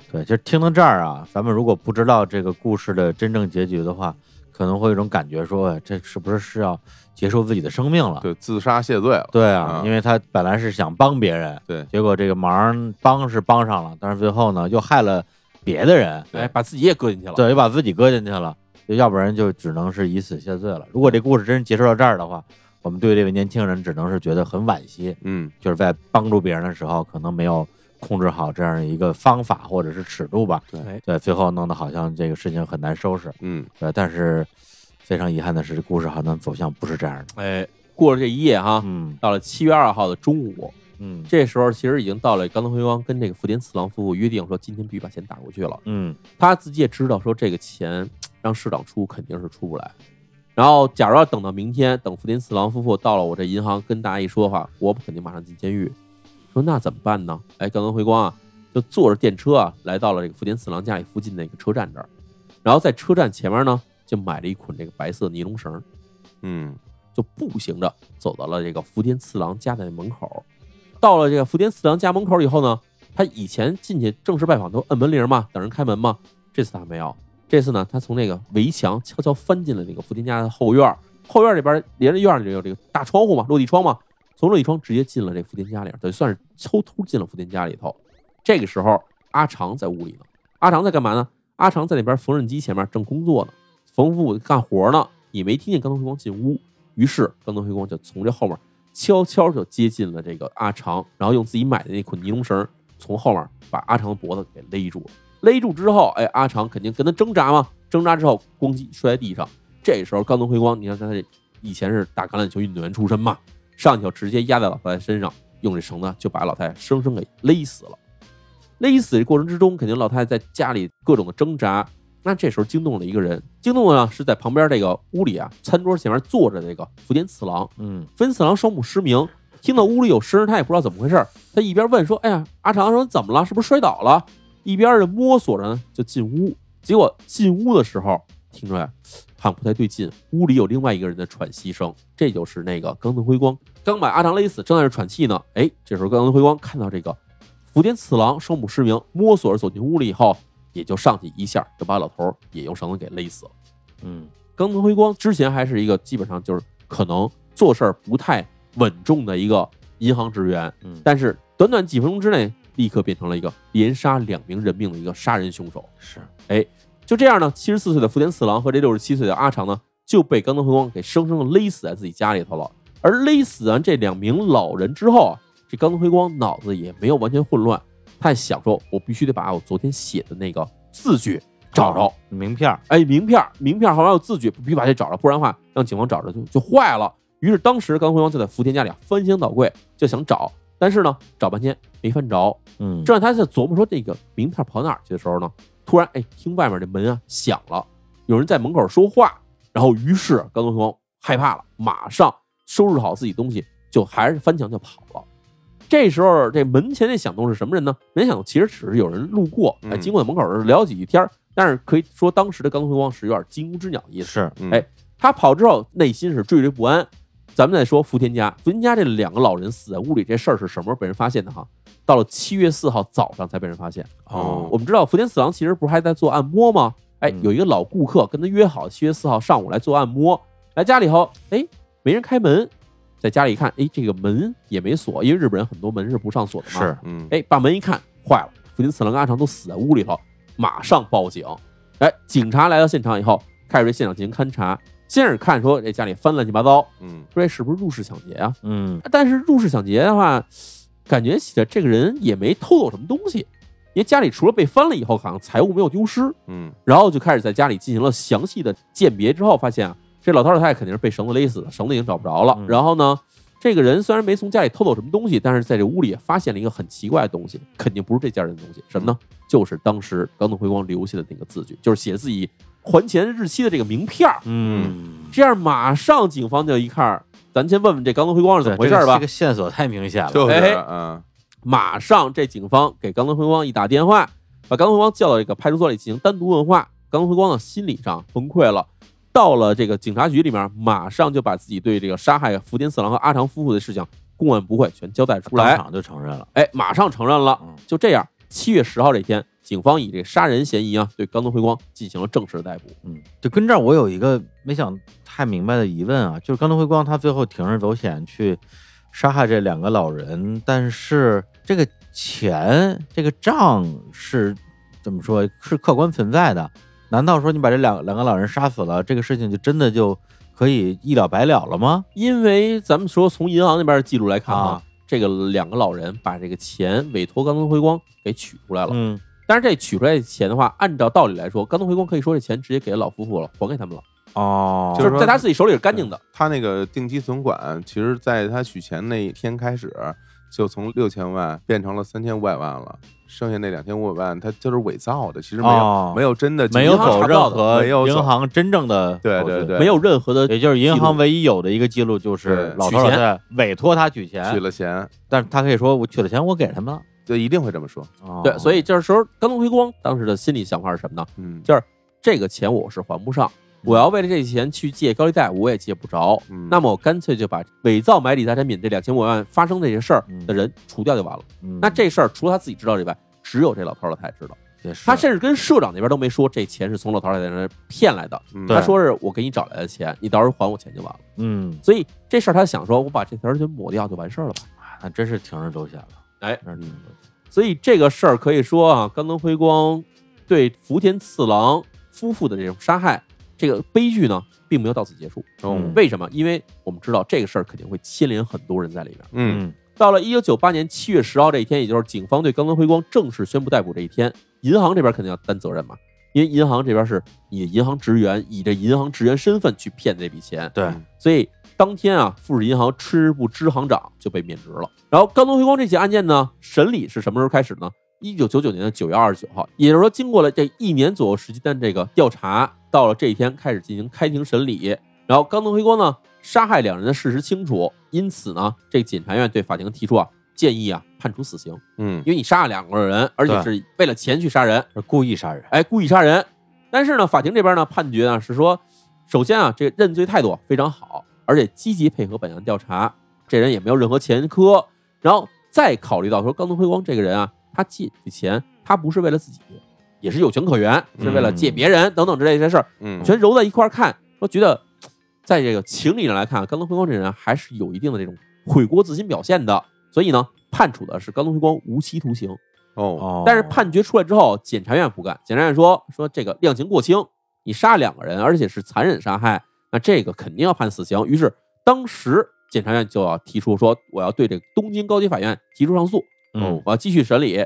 B: 对，就是听到这儿啊，咱们如果不知道这个故事的真正结局的话，可能会有一种感觉说，哎这是不是是要结束自己的生命了？
C: 对自杀谢罪了。
B: 对啊，
C: 啊
B: 因为他本来是想帮别人，
C: 对
B: 结果这个忙帮是帮上了，但是最后呢，又害了别的人，
C: 对
A: 哎，把自己也搁进去了。
B: 对，又把自己搁进去了，就要不然就只能是以死谢罪了。如果这故事真结束到这儿的话，我们对这位年轻人只能是觉得很惋惜，
C: 嗯，
B: 就是在帮助别人的时候，可能没有控制好这样一个方法或者是尺度吧。
A: 哎
B: 对，最后弄得好像这个事情很难收拾。
C: 嗯，
B: 对，但是非常遗憾的是，故事好像走向不是这样的。
A: 哎，过了这一夜哈、
B: 嗯
A: 到了七月二号的中午，
B: 嗯
A: 这时候其实已经到了冈藤辉光跟这个福田次郎夫妇约定说，今天必须把钱打过去了。
B: 嗯
A: 他自己也知道说这个钱让市长出肯定是出不来。然后，假如要等到明天，等福田次郎夫妇到了我这银行跟大家一说的话，我肯定马上进监狱。说那怎么办呢？哎，冈藤辉光啊，就坐着电车啊，来到了这个福田次郎家里附近的一个车站这儿，然后在车站前面呢，就买了一捆这个白色尼龙绳，
C: 嗯，
A: 就步行着走到了这个福田次郎家的门口。到了这个福田次郎家门口以后呢，他以前进去正式拜访都摁门铃嘛，等人开门嘛，这次他没有。这次呢，他从那个围墙悄悄翻进了那个福田家的后院儿，后院里边连着院儿里有这个大窗户嘛，落地窗嘛，从落地窗直接进了这福田家里，等于算是偷偷进了福田家里头。这个时候，阿长在屋里呢，阿长在干嘛呢？阿长在那边缝纫机前面正工作呢，缝补干活呢，也没听见刚才光进屋，于是刚藤辉光就从这后面悄悄就接近了这个阿长，然后用自己买的那捆尼龙绳从后面把阿长的脖子给勒住了。勒住之后，哎，阿长肯定跟他挣扎嘛，挣扎之后咣叽摔在地上。这时候刚藤辉光，你看他这以前是打橄榄球运动员出身嘛，上去就直接压在老太太身上，用这绳呢就把老太太生生给勒死了。勒死的过程之中，肯定老太太在家里各种的挣扎。那这时候惊动了一个人，惊动了是在旁边这个屋里啊，餐桌前面坐着这个福田次郎。
B: 嗯
A: 福田次郎双目失明，听到屋里有声，他也不知道怎么回事儿。他一边问说：“哎呀，阿长说怎么了？是不是摔倒了？”一边就摸索着呢，就进屋。结果进屋的时候，听出来好像不太对劲，屋里有另外一个人的喘息声，这就是那个冈藤辉光。刚把阿长勒死，正在这喘气呢。哎，这时候冈藤辉光看到这个福田次郎双目失明，摸索着走进屋里以后，也就上去一下，就把老头儿也用绳子给勒死了。
B: 嗯
A: 冈藤辉光之前还是一个基本上就是可能做事儿不太稳重的一个银行职员，
B: 嗯，
A: 但是短短几分钟之内，立刻变成了一个连杀两名人命的一个杀人凶手。
B: 是
A: 就这样呢，七十四岁的福田四郎和这六十七岁的阿长呢，就被冈藤辉光给生生的勒死在自己家里头了。而勒死完这两名老人之后啊，这冈藤辉光脑子也没有完全混乱，他也想说，我必须得把我昨天写的那个字据找着。
B: 名片儿，
A: 哎，名片儿，名片儿好像有字据，必须把这找着，不然的话让警方找着就就坏了。于是当时冈辉光就在福田家里啊翻箱倒柜，就想找，但是呢，找半天没翻着。
B: 嗯
A: 正当他在琢磨说这个名片跑哪儿去的时候呢，突然哎，听外面这门啊响了，有人在门口说话，然后于是冈辉光害怕了，马上收拾好自己东西，就还是翻墙就跑了。这时候，这门前那响动是什么人呢？没想到其实只是有人路过，哎，
C: 嗯
A: 经过门口聊几句天儿但是可以说当时的冈村光是有点惊弓之鸟的意思。
B: 是
C: 嗯
A: 哎他跑之后，内心是惴惴不安。咱们再说福田家，福田家这两个老人死在屋里这事儿是什么时候被人发现的哈？到了七月四号早上才被人发现。
C: 哦
A: 我们知道福田四郎其实不是还在做按摩吗？哎，
B: 嗯
A: 有一个老顾客跟他约好七月四号上午来做按摩，来家里后，哎，没人开门，在家里一看，哎，这个门也没锁，因为日本人很多门是不上锁的嘛。
B: 是，
C: 嗯，
A: 哎，把门一看，坏了，福田次郎跟阿长都死在屋里头，马上报警。哎，警察来到现场以后，开始对现场进行勘查，先是看说这家里翻乱七八糟，
C: 嗯
A: 说这是不是入室抢劫啊？
B: 嗯
A: 但是入室抢劫的话，感觉写的这个人也没偷走什么东西，因为家里除了被翻了以后，好像财物没有丢失。
C: 嗯
A: 然后就开始在家里进行了详细的鉴别，之后发现啊，这老头老太太肯定是被绳子勒死的，绳子已经找不着了。
B: 嗯
A: 然后呢，这个人虽然没从家里偷走什么东西，但是在这屋里也发现了一个很奇怪的东西，肯定不是这家人的东西，什么
B: 嗯
A: 呢？就是当时冈本辉光留下的那个字据，就是写自己还钱日期的这个名片儿。
B: 嗯，
A: 这样马上警方就一看，咱先问问这冈本辉光是怎么
B: 对
A: 回事儿
B: 这个
A: 吧
B: 这。个线索太明显了，
C: 就是
A: 哎
C: 嗯
A: 马上这警方给冈村辉光一打电话，把冈村辉光叫到这个派出所里进行单独问话。冈村辉光呢心理上崩溃了，到了这个警察局里面，马上就把自己对这个杀害福田四郎和阿长夫妇的事情供认不讳全交代出
B: 当
A: 来。
B: 场就承认了。
A: 哎，马上承认了
B: 嗯。
A: 就这样，七月十号这天，警方以这个杀人嫌疑啊，对冈村辉光进行了正式的逮捕。
B: 嗯，就跟这儿我有一个没想太明白的疑问啊，就是冈藤辉光他最后铤而走险去杀害这两个老人，但是这个钱这个账是怎么说是客观存在的？难道说你把这两两个老人杀死了，这个事情就真的就可以一了百了了吗？
A: 因为咱们说从银行那边的记录来看啊
B: 啊，
A: 这个两个老人把这个钱委托冈村辉光给取出来了。
B: 嗯，
A: 但是这取出来的钱的话，按照道理来说，冈东回光可以说这钱直接给老夫妇了，还给他们了，
B: 哦，
A: 就
C: 就是
A: 是
C: 说
A: 在他自己手里是干净的。
C: 他那个定期存款，其实在他取钱那一天开始，就从六千万变成了三千五百万了，剩下那两千五百万他就是伪造的，其实没有、
B: 哦
C: 没有真的
B: 没有
A: 银行查
B: 走
A: 不
B: 任
A: 到的
B: 何
C: 没有走
B: 银行真正的手
C: 对
B: 续
C: 对对
A: 没有任何的
B: 也就是银
A: 记录
B: 行唯一有的一个记录就是
C: 对
B: 老
A: 取
B: 头老
A: 钱
B: 太太委托他取钱，
C: 取了钱，
B: 但是他可以说我取了钱，我给他们了。
C: 就一定会这么说。
B: 哦
A: 对，所以这时候冈东回光当时的心理想法是什么呢？
C: 嗯
A: 这个钱我是还不上，我要为了这钱去借高利贷，我也借不着。
C: 嗯
A: 那么我干脆就把伪造买理财产品这两千五百万发生这些事儿
C: 嗯
A: 的人除掉就完了。
B: 嗯
A: 那这事儿除了他自己知道以外，只有这老头儿老太太知道。
B: 也是
A: 他甚至跟社长那边都没说这钱是从老头儿老太太那儿骗来的，
C: 嗯
A: 他说是我给你找来的钱，你到时候还我钱就完了。
B: 嗯，
A: 所以这事儿他想说，我把这条儿就抹掉就完事儿了吧。
B: 那真是铤而走险了。
A: 哎
B: 真是铤而走险，
A: 所以这个事儿可以说啊，冈藤辉光对福田次郎夫妇的这种杀害，这个悲剧呢，并没有到此结束。
B: 嗯
A: 为什么？因为我们知道这个事儿肯定会牵连很多人在里面。
C: 嗯
A: 到了一九九八年七月十号这一天，也就是警方对冈村辉光正式宣布逮捕这一天，银行这边肯定要担责任嘛，因为银行这边是以银行职员以这银行职员身份去骗这笔钱，
B: 对
C: 嗯
A: 所以当天啊，富士银行赤日部支行长就被免职了。然后冈村辉光这起案件呢，审理是什么时候开始呢？一九九九年的九月二十九号，也就是说，经过了这一年左右时间的这个调查，到了这一天开始进行开庭审理。然后冈村辉光呢，杀害两人的事实清楚，因此呢，这检察院对法庭提出啊，建议啊判处死刑，
C: 嗯
A: 因为你杀了两个人，而且是为了钱去杀人，
B: 是故意杀人。
A: 哎，故意杀人。但是呢，法庭这边呢判决啊呢是说，首先啊，这个认罪态度非常好，而且积极配合本案调查，这人也没有任何前科。然后再考虑到说，冈村辉光这个人啊，他借这钱，他不是为了自己，也是有情可原，是为了借别人等等之类这些事儿，
C: 嗯，
A: 全揉在一块儿看，说觉得在这个情理上来看，啊冈村辉光这人还是有一定的这种悔过自新表现的，所以呢，判处的是冈村辉光无期徒刑。
C: 哦，
B: 哦，
A: 但是判决出来之后，检察院不干，检察院说说这个量刑过轻，你杀两个人，而且是残忍杀害，那这个肯定要判死刑。于是当时检察院就要提出说，我要对这个东京高级法院提出上诉，哦
B: 嗯
A: 我要继续审理。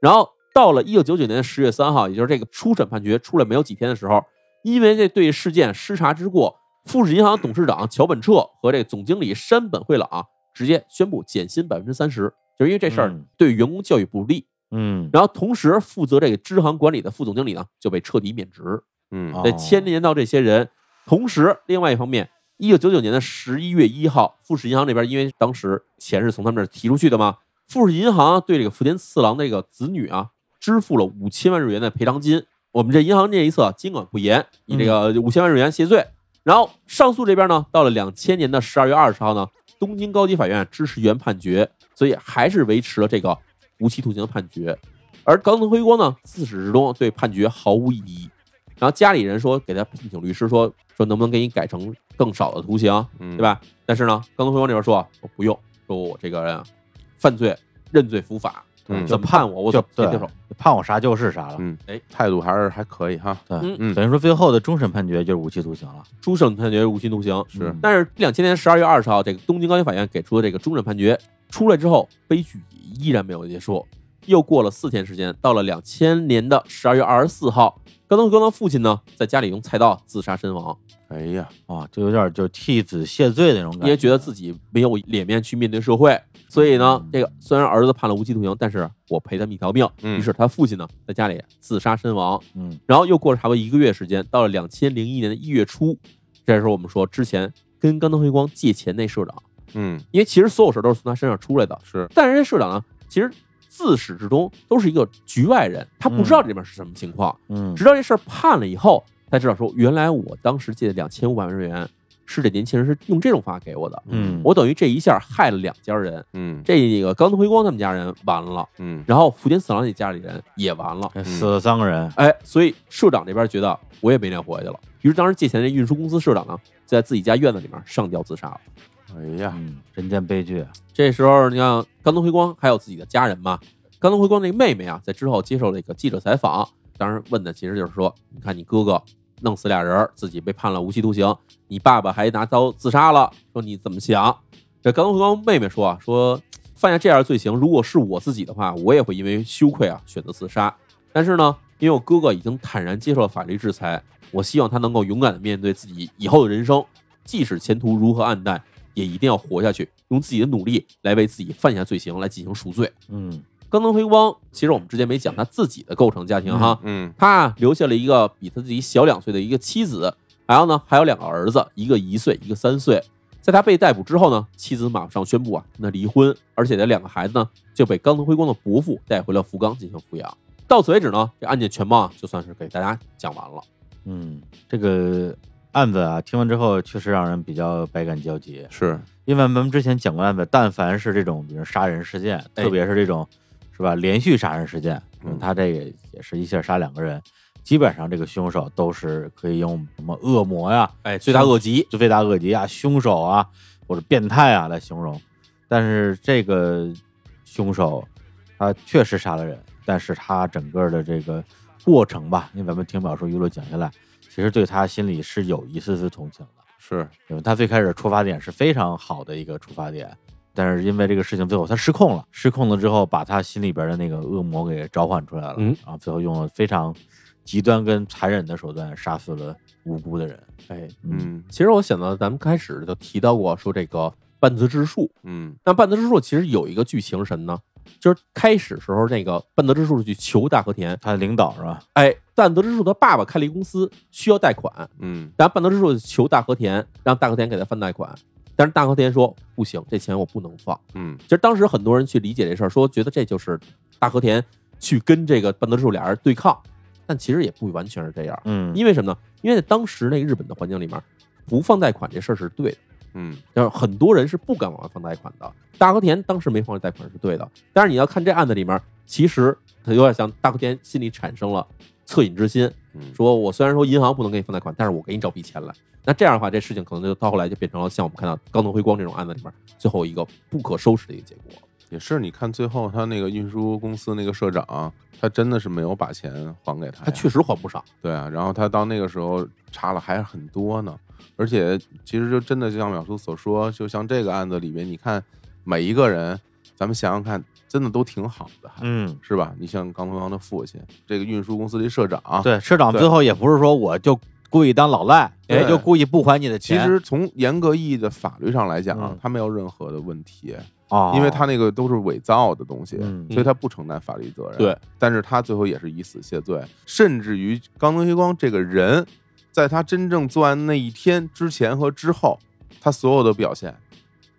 A: 然后到了一九九九年十月三号，也就是这个初审判决出来没有几天的时候，因为这对事件失察之过，富士银行董事长桥本彻和这个总经理山本惠朗直接宣布减薪百分之三十，就是因为这事儿
B: 嗯
A: 对员工教育不利。
B: 嗯，
A: 然后同时负责这个支行管理的副总经理呢就被彻底免职，
C: 嗯
B: 哦
A: 得牵连到这些人。同时，另外一方面，一九九九年的十一月一号，富士银行这边因为当时钱是从他们这儿提出去的嘛，富士银行对这个福田次郎这个子女啊，支付了五千万日元的赔偿金。我们这银行这一侧啊监管不严，以这个五千万日元谢罪。然后上诉这边呢，到了两千年的十二月二十号呢，东京高级法院支持原判决，所以还是维持了这个无期徒刑的判决。而冈藤辉光呢，自始至终对判决毫无异议。然后家里人说给他聘请律师说说能不能给你改成更少的徒刑，
C: 嗯，
A: 对？吧？但是呢，冈藤辉光这边说我不用，说我这个人啊犯罪认罪服法，
C: 嗯
A: 怎么判我我怎么
B: 就
A: 接
B: 对
A: 受。
B: 判我啥就是啥了。
C: 嗯，
A: 哎
C: 态度还是还可以哈。
B: 对，
C: 嗯
B: 等于说最后的终审判决就是无期徒刑了。
A: 初审判决无期徒刑，
C: 是
B: 嗯
A: 但是两千年十二月二十号，这个东京高级法院给出的这个终审判决出来之后，悲剧依然没有结束。又过了四天时间，到了两千年的十二月二十四号，高登光的父亲呢，在家里用菜刀自杀身亡，
C: 哎呀，
B: 啊，就有点就替子谢罪那种感觉，
A: 因为觉得自己没有脸面去面对社会，所以呢
B: 嗯，
A: 这个虽然儿子判了无期徒刑，但是我赔他们一条命。
C: 嗯
A: 于是他父亲呢，在家里自杀身亡。
B: 嗯
A: 然后又过了差不多一个月时间，到了两千零一年的一月初，这时候我们说之前跟冈藤辉光借钱那社长。
C: 嗯，
A: 因为其实所有事儿都是从他身上出来的。
C: 是，
A: 但是这社长呢，其实自始至终都是一个局外人，他不知道这里面是什么情况。
B: 嗯
A: 直到这事儿判了以后，才知道说，原来我当时借的两千五百万日元是这年轻人是用这种方法给我的。
B: 嗯，
A: 我等于这一下害了两家人，
C: 嗯
A: 这个冈藤辉光他们家人完了，
C: 嗯
A: 然后福田四郎这家里人也完了。
B: 这死了三个人，
A: 哎，所以社长这边觉得我也没脸活下去了，于是当时借钱的运输公司社长呢，就在自己家院子里面上吊自杀了。
C: 哎呀，
B: 嗯，人间悲剧，
A: 这时候，你看冈藤辉光还有自己的家人嘛，冈藤辉光这个妹妹啊，在之后接受这个记者采访，当时问的其实就是说，你看你哥哥弄死俩人儿，自己被判了无期徒刑，你爸爸还拿刀自杀了，说你怎么想？这冈藤辉光妹妹说啊，说犯下这样的罪行，如果是我自己的话，我也会因为羞愧啊选择自杀。但是呢，因为我哥哥已经坦然接受了法律制裁，我希望他能够勇敢的面对自己以后的人生，即使前途如何暗淡，也一定要活下去，用自己的努力来为自己犯下罪行来进行赎罪。
B: 嗯
A: 冈藤辉光其实我们之前没讲他自己的构成家庭哈，
C: 嗯
A: 他留下了一个比他自己小两岁的一个妻子，然后呢还有两个儿子，一个一岁，一个三岁。在他被逮捕之后呢，妻子马上宣布啊跟他离婚，而且这两个孩子呢就被冈藤辉光的伯父带回了福冈进行抚养。到此为止呢，这案件全貌啊就算是给大家讲完了。
B: 嗯，这个案子啊，听完之后确实让人比较百感交集，
C: 是，
B: 因为咱们之前讲过案子，但凡是这种比如杀人事件，
A: 哎
B: 特别是这种是吧连续杀人事件，
C: 嗯
B: 他这个也是一下杀两个人，基本上这个凶手都是可以用什么恶魔呀、
A: 哎，罪大恶极，
B: 罪大恶极啊、凶手啊或者变态啊来形容。但是这个凶手他确实杀了人，但是他整个的这个过程吧，因为咱们听表叔一路讲下来，其实对他心里是有一丝丝同情的。
C: 是，
B: 因为他最开始出发点是非常好的一个出发点，但是因为这个事情最后他失控了，失控了之后把他心里边的那个恶魔给召唤出来了，
A: 嗯
B: 然后最后用了非常极端跟残忍的手段杀死了无辜的人。
A: 哎，
C: 嗯
A: 其实我想到咱们开始就提到过，说这个半泽之树。
C: 嗯
A: 那半泽之树其实有一个剧情是什么呢？就是开始时候那个半泽之树去求大和田，
B: 他的领导是吧？
A: 哎，半泽之树他爸爸开了一公司，需要贷款，
C: 嗯
A: 然后半泽之树求大和田，让大和田给他放贷款，但是大和田说不行，这钱我不能放。
C: 嗯
A: 其实当时很多人去理解这事儿，说觉得这就是大和田去跟这个半泽之树俩人对抗，但其实也不完全是这样，
B: 嗯，
A: 因为什么呢？因为在当时那个日本的环境里面，不放贷款这事儿是对的。
C: 嗯
A: 就是很多人是不敢往外放贷款的。大和田当时没放贷款是对的，但是你要看这案子里面，其实他有点像大和田心里产生了恻隐之心，
C: 嗯，
A: 说我虽然说银行不能给你放贷款，但是我给你找笔钱来。那这样的话，这事情可能就到后来就变成了像我们看到冈藤辉光这种案子里面最后一个不可收拾的一个结果。
C: 也是，你看最后他那个运输公司那个社长，他真的是没有把钱还给他呀，
A: 他确实还不上，
C: 对啊，然后他到那个时候差了还是很多呢，而且其实就真的就像淼叔所说，就像这个案子里面，你看每一个人，咱们想想看，真的都挺好的，还
B: 嗯，
C: 是吧？你像冈藤阳的父亲，这个运输公司的社长，，
B: 对，社长
C: 对
B: 最后也不是说我就故意当老赖，
C: 对
B: 我就故意不还你的
C: 其
B: 钱，
C: 实从严格意义的法律上来讲啊
B: 嗯，
C: 他没有任何的问题，
B: 哦，
C: 因为他那个都是伪造的东西，
B: 嗯
C: 所以他不承担法律责任。
A: 对，
C: 但是他最后也是以死谢罪，甚至于冈藤辉光这个人，在他真正作案那一天之前和之后，他所有的表现，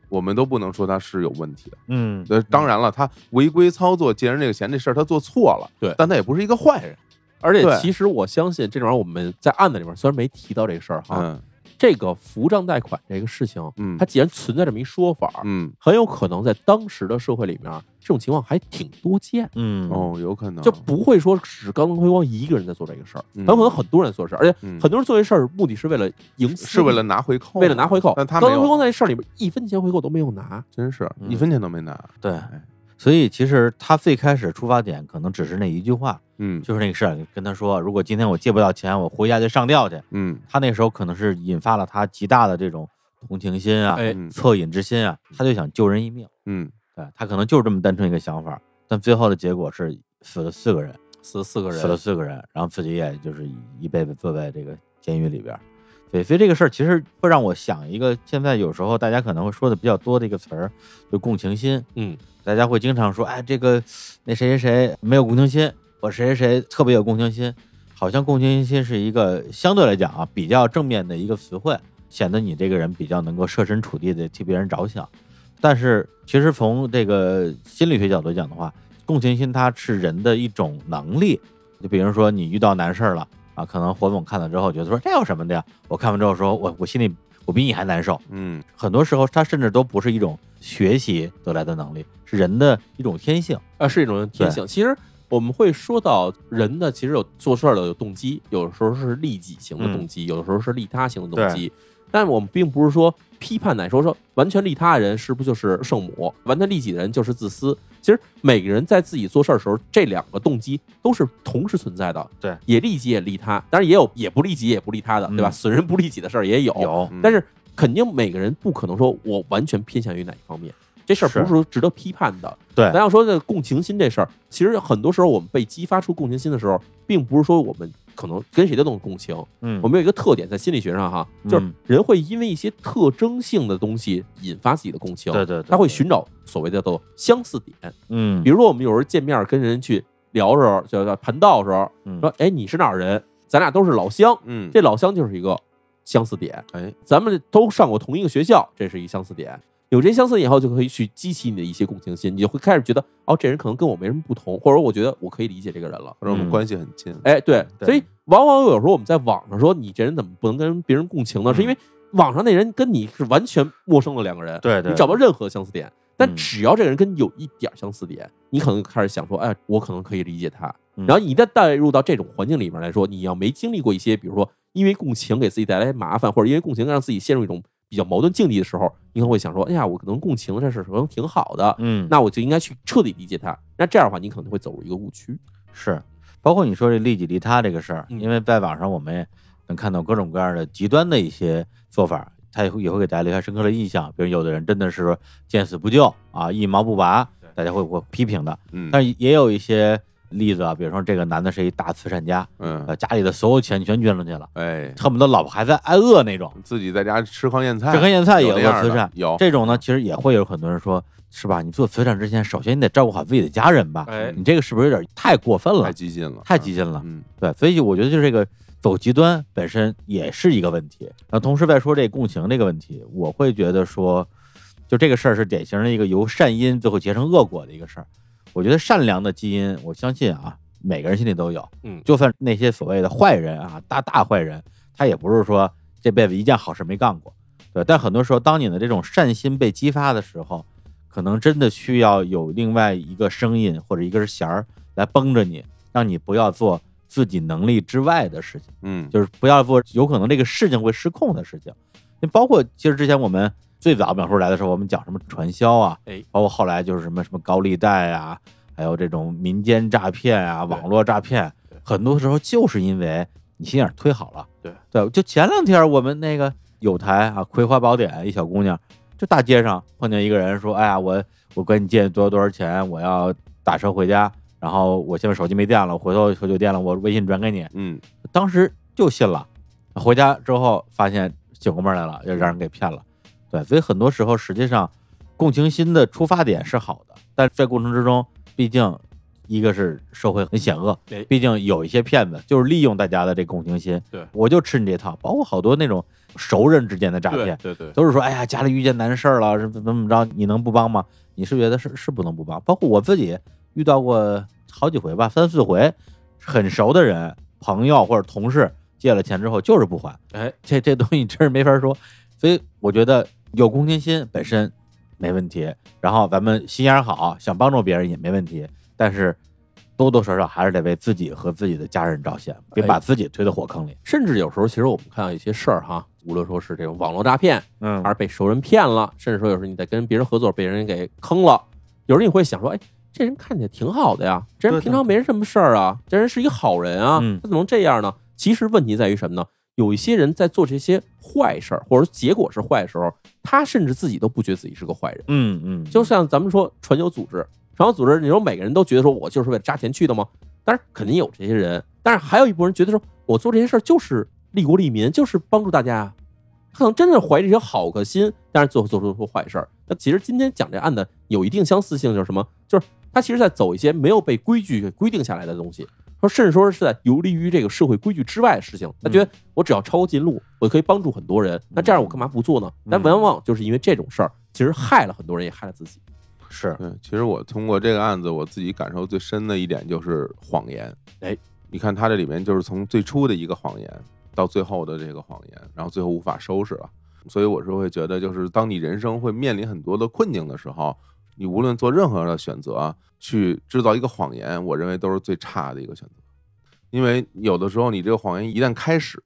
C: 我们都不能说他是有问题的。
B: 嗯，
C: 呃，当然了，他违规操作借人这个钱这事儿他做错了，
A: 对
C: 但他也不是一个坏人。
A: 而且
C: 对
A: 其实我相信这种玩意儿我们在案子里面虽然没提到这个事儿哈，
C: 嗯
A: 这个扶账贷款这个事情，
C: 嗯
A: 它既然存在这么一说法，
C: 嗯，
A: 很有可能在当时的社会里面，这种情况还挺多见，
B: 嗯，
C: 哦，有可能
A: 就不会说只刚辉光一个人在做这个事儿，很
C: 嗯
A: 有可能很多人做事儿，而且
C: 嗯
A: 很多人做这事儿目的是为了营私，
C: 是为了拿回扣，
A: 为了拿回扣。
C: 但他没
A: 刚辉
C: 有
A: 光在这事儿里面一分钱回扣都没有拿，
C: 真是
B: 嗯
C: 一分钱都没拿。
B: 对
C: 哎，
B: 所以其实他最开始出发点可能只是那一句话，
C: 嗯
B: 就是那个事儿，跟他说，如果今天我借不到钱，我回家就上吊去。
C: 嗯
B: 他那时候可能是引发了他极大的这种同情心啊、
A: 哎
C: 嗯
B: 恻隐之心啊，他就想救人一命。
C: 嗯，
B: 对他可能就是这么单纯一个想法，但最后的结果是死了四个人，
A: 死了四个
B: 死了四个人，然后自己也就是一辈子坐在这个监狱里边儿。对，所以这个事儿其实会让我想一个，现在有时候大家可能会说的比较多的一个词儿，就共情心。
A: 嗯，
B: 大家会经常说，哎，这个那谁谁谁没有共情心，我谁谁谁特别有共情心，好像共情心是一个相对来讲啊比较正面的一个词汇，显得你这个人比较能够设身处地的替别人着想。但是其实从这个心理学角度讲的话，共情心它是人的一种能力。就比如说你遇到难事儿了啊，可能火总看了之后觉得说这有什么的呀？我看完之后说我我心里我比你还难受，
C: 嗯
B: 很多时候它甚至都不是一种学习得来的能力，是人的一种天性。
A: 啊，是一种天性。其实我们会说到人呢，其实有做事儿的有动机，有的时候是利己型的
B: 嗯
A: 动机，有的时候是利他型的动机。但我们并不是说批判乃说说完全利他的人是不是就是圣母，完全利己的人就是自私。其实每个人在自己做事儿的时候，这两个动机都是同时存在的，
B: 对，
A: 也利己也利他，当然也有也不利己也不利他的，对吧？
B: 嗯
A: 损人不利己的事儿也
B: 有
C: 嗯
A: 但是肯定每个人不可能说我完全偏向于哪一方面，这事儿不
B: 是
A: 是说值得批判的。
B: 对
A: 咱要说这共情心这事儿，其实很多时候我们被激发出共情心的时候，并不是说我们可能跟谁都能共情。
B: 嗯
A: 我们有一个特点在心理学上哈，就是
B: 嗯
A: 人会因为一些特征性的东西引发自己的共情，
B: 对对对
A: 他会寻找所谓的叫做相似点。
B: 嗯
A: 比如说我们有时候见面跟人去聊的时候，就叫盘道的时候，
B: 嗯
A: 说哎你是哪儿人？咱俩都是老乡，
C: 嗯，
A: 这老乡就是一个相似点。
C: 哎，
A: 咱们都上过同一个学校，这是一相似点。有这些相似点以后，就可以去激起你的一些共情心，你就会开始觉得，哦，这人可能跟我没什么不同，或者我觉得我可以理解这个人了。
C: 或者我们
B: 嗯
C: 关系很近。
A: 哎，对，
B: 对
A: 所以往往有时候我们在网上说你这人怎么不能跟别人共情呢？是因为网上那人跟你是完全陌生的两个人，
B: 对对
A: 你找不到任何相似点。但
B: 嗯
A: 只要这个人跟你有一点相似点，你可能就开始想说，哎，我可能可以理解他。
B: 嗯
A: 然后你一旦带入到这种环境里面来说，你要没经历过一些，比如说因为共情给自己带来麻烦，或者因为共情让自己陷入一种比较矛盾境地的时候，你可能会想说，哎呀，我可能共情这事儿可能挺好的，
B: 嗯
A: 那我就应该去彻底理解他。那这样的话，你可能会走入一个误区。
B: 是，包括你说这利己利他这个事儿，
A: 嗯
B: 因为在网上我们也能看到各种各样的极端的一些做法，它也会也会给大家留下深刻的印象。比如有的人真的是见死不救啊，一毛不拔，大家会会批评的。
C: 嗯
B: 但是也有一些例子啊，比如说这个男的是一大慈善家，
C: 嗯
B: 呃，家里的所有钱全捐出去了，
C: 哎，
B: 恨不得老婆还在挨饿那种。
C: 自己在家吃糠咽菜，
B: 这跟现在也
C: 哎有
B: 有
C: 那样
B: 做慈
C: 的
B: 善，
C: 有
B: 这种呢，其实也会有很多人说，是吧？你做慈善之前，首先你得照顾好自己的家人吧。
A: 哎
B: 你这个是不是有点太过分了
C: 太？激进了，
B: 太激进了。
C: 嗯
B: 对，所以我觉得就是这个走极端本身也是一个问题。那同时再说这共情这个问题，我会觉得说，就这个事儿是典型的一个由善因最后结成恶果的一个事儿。我觉得善良的基因，我相信啊，每个人心里都有。
A: 嗯
B: 就算那些所谓的坏人啊，大大坏人，他也不是说这辈子一件好事没干过。对，但很多时候，当你的这种善心被激发的时候，可能真的需要有另外一个声音或者一根弦儿来绷着你，让你不要做自己能力之外的事情，
C: 嗯，
B: 就是不要做有可能这个事情会失控的事情。那包括其实之前我们最早秒叔来的时候，我们讲什么传销啊，
A: 哎
B: 包括后来就是什么什么高利贷啊，还有这种民间诈骗啊、网络诈骗，很多时候就是因为你心眼儿忒好了。
A: 对
B: 对，就前两天我们那个有台啊《葵花宝典》，一小姑娘就大街上碰见一个人说：“哎呀，我我跟你借多少多少钱，我要打车回家，然后我现在手机没电了，我回头回酒店了，我微信转给你。”
C: 嗯
B: 当时就信了，回家之后发现醒过味儿来了，又让人给骗了。对，所以很多时候实际上共情心的出发点是好的，但在过程之中，毕竟一个是社会很险恶
A: 哎，
B: 毕竟有一些骗子就是利用大家的这共情心，
C: 对
B: 我就吃你这套，包括好多那种熟人之间的诈
C: 对
B: 骗，
C: 对对，
B: 都是说，哎呀，家里遇见难事儿了，是怎么怎么着，你能不帮吗？你是觉得是是不能不帮？包括我自己遇到过好几回吧，三四回，很熟的人、朋友或者同事借了钱之后就是不还，
A: 哎，
B: 这这东西真是没法说。所以我觉得有公积心本身没问题，然后咱们心眼儿好，想帮助别人也没问题，但是多多少少还是得为自己和自己的家人着想，别
A: 哎
B: 把自己推到火坑里。
A: 甚至有时候，其实我们看到一些事儿哈，无论说是这种网络诈骗，
B: 嗯
A: 而被熟人骗了，甚至说有时候你在跟别人合作被人给坑了，有时候你会想说，哎，这人看起来挺好的呀，这人
C: 对的
A: 平常没什么事儿啊，这人是一好人啊
B: 嗯，
A: 他怎么能这样呢？其实问题在于什么呢？有一些人在做这些坏事儿，或者结果是坏的时候，他甚至自己都不觉得自己是个坏人。
B: 嗯嗯，
A: 就像咱们说传销组织，传销组织，你说每个人都觉得说我就是为了扎钱去的吗？当然肯定有这些人，但是还有一部分人觉得说我做这些事儿就是利国利民，就是帮助大家啊。他可能真的怀着一些好个心，但是最后做出出坏事儿。那其实今天讲这案子有一定相似性，就是什么？就是他其实在走一些没有被规矩给规定下来的东西，说甚至说是在游离于这个社会规矩之外的事情。他觉得我只要抄近路，我可以帮助很多人，那这样我干嘛不做呢？但往往就是因为这种事儿，其实害了很多人，也害了自己。
B: 是
C: 对，其实我通过这个案子，我自己感受最深的一点就是谎言。
A: 哎，
C: 你看它这里面就是从最初的一个谎言，到最后的这个谎言，然后最后无法收拾了。所以我是会觉得，就是当你人生会面临很多的困境的时候，你无论做任何的选择，去制造一个谎言，我认为都是最差的一个选择。因为有的时候，你这个谎言一旦开始，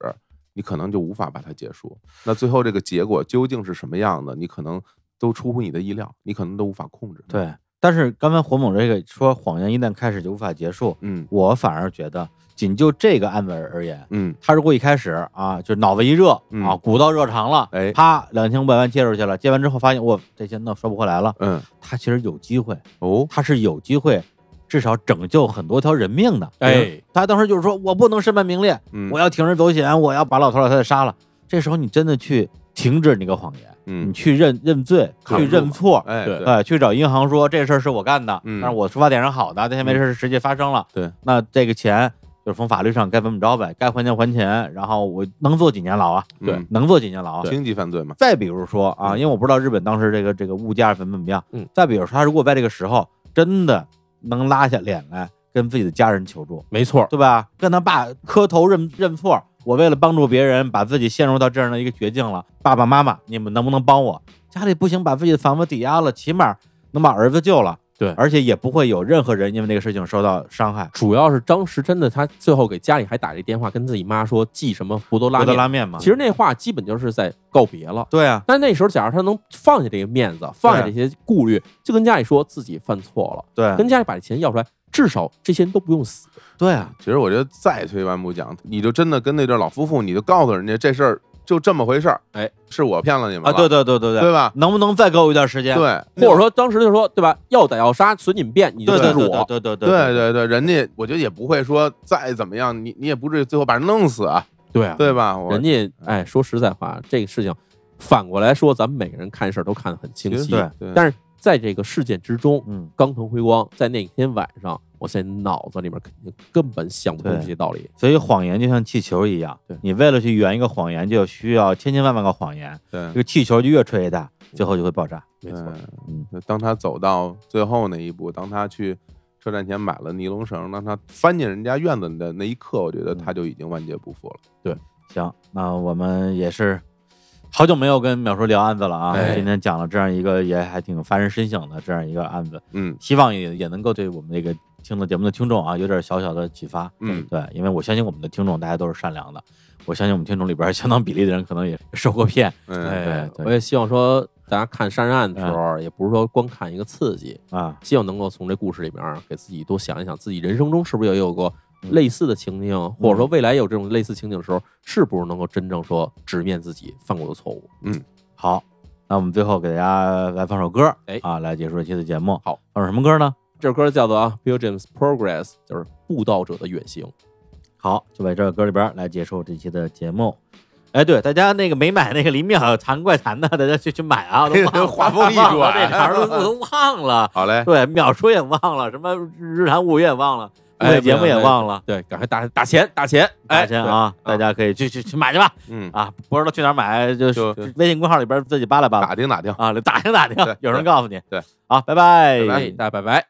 C: 你可能就无法把它结束。那最后这个结果究竟是什么样的，你可能都出乎你的意料，你可能都无法控制。
B: 对。但是刚才火猛这个说谎言一旦开始就无法结束，
C: 嗯
B: 我反而觉得，仅就这个案子而言，
C: 嗯，
B: 他如果一开始啊，就脑子一热
C: 嗯
B: 啊，鼓到热肠了，
C: 哎
B: 啪，两千五百万借出去了，借完之后发现我这钱弄收不回来了，
C: 嗯，
B: 他其实有机会，
C: 哦，
B: 他是有机会，至少拯救很多条人命的。
A: 哎，
B: 他当时就是说我不能身败名裂，
C: 嗯，
B: 我要铤而走险，我要把老头老太太杀了。这时候你真的去停止你个谎言，你
C: 嗯，
B: 去认认罪，
C: 扛
B: 去
C: 住
B: 认
C: 嘛
B: 错，
C: 哎，
A: 对
B: 呃，去找银行说这事儿是我干的，
C: 嗯
B: 但是我出发点是好的，但现在这事儿实际发生了，
C: 对，
B: 那这个钱就是从法律上该怎么着呗，该还钱还钱，然后我能坐几年牢啊？
C: 嗯对
A: 对
B: 能坐几年牢啊？
C: 经济犯罪嘛，
B: 再比如说啊，
C: 嗯
B: 因为我不知道日本当时这个这个物价怎么怎么样，
A: 嗯，
B: 再比如说他如果在这个时候真的能拉下脸来跟自己的家人求助，
A: 没错，
B: 对吧？跟他爸磕头认认错，我为了帮助别人，把自己陷入到这样的一个绝境了。爸爸妈妈，你们能不能帮我？家里不行，把自己的房子抵押了，起码能把儿子救了。
A: 对
B: 而且也不会有任何人因为这个事情受到伤害。
A: 主要是当时真的他最后给家里还打了一电话，跟自己妈说寄什么博多拉
B: 拉
A: 面。
B: 德拉面嘛，
A: 其实那话基本就是在告别了。
B: 对啊，
A: 但那时候，假如他能放下这个面子，放下这些顾虑，就跟家里说自己犯错了，
B: 对啊
A: 跟家里把这钱要出来，至少这些人都不用死。
B: 对啊，
C: 其实我觉得再退一万步讲，你就真的跟那对老夫妇，你就告诉人家这事儿就这么回事儿，
A: 哎，
C: 是我骗了你们
B: 啊，
C: 了
B: 对对对对
C: 对吧？
B: 能不能再给我一段时间？
C: 对，啊
A: 或者说当时就说，对吧？要打要杀，随你们便，你就
B: 对对
A: 跟着
B: 对
A: 我。
B: 对对对
C: 对对对，人家我觉得也不会说再怎么样，你你也不至于最后把人弄死啊，
A: 对啊，
C: 对吧？我
A: 人家哎，说实在话，这个事情反过来说，咱们每个人看事儿都看得很清
C: 其实
A: 晰。
B: 对
C: 对，
A: 但是在这个事件之中，
B: 嗯，
A: 冈藤辉光在那天晚上，我现在脑子里面肯定根本想不通
B: 对
A: 这些道理。
B: 所以谎言就像气球一样
A: 对，
B: 你为了去圆一个谎言，就需要千千万万个谎言，这
C: 对
B: 个气球就越吹越大，最后就会爆炸。
A: 没错，
B: 嗯
C: 对，当他走到最后那一步，当他去车站前买了尼龙绳，当他翻进人家院子的那一刻，我觉得他就已经万劫不复了。
B: 行，那我们也是好久没有跟淼叔聊案子了啊。
A: 哎
B: 今天讲了这样一个也还挺发人深省的这样一个案子，
C: 嗯
B: 希望也也能够对我们这个听了节目的听众啊，有点小小的启发。
C: 嗯
B: 对，因为我相信我们的听众大家都是善良的，我相信我们听众里边相当比例的人可能也受过骗。
C: 嗯，
A: 哎，
B: 对
A: 我也希望说，大家看杀人案的时候，也不是说光看一个刺激，
B: 啊，
A: 希望能够从这故事里面给自己多想一想，自己人生中是不是也有过类似的情境，或者说未来有这种类似情景的时候，是不是能够真正说直面自己犯过的错误？
B: 好，那我们最后给大家来放首歌，
A: 哎
B: 啊，来结束这期的节目。
A: 好，
B: 放首什么歌呢？
A: 这首歌叫做《啊 Bill James Progress》，就是《布道者的远行》。
B: 好，就在这首歌里边来结束这期的节目。哎，对，大家那个没买那个林妙谈怪谈的，大家去去买 啊，都忘了
C: 话锋一
B: 忘了
C: 转
B: 这茬儿都都忘 了。
C: 好嘞，
B: 对，秒叔也忘了，什么日坛物语也忘了，
A: 哎
B: 对节目也
A: 不行
B: 忘了。
A: 对，赶快打打钱打钱，
B: 大
A: 哎，
B: 家啊，
A: 对
B: 大家可以去去去买去吧
C: 嗯，
B: 啊！不知道去哪儿买，就
C: 就是
B: 微信公号里边自己扒拉扒拉
C: 打听打听。
B: 啊，打听打听
C: 对，
B: 有人告诉你。
C: 对，
B: 好，拜拜
A: 对，大家拜拜。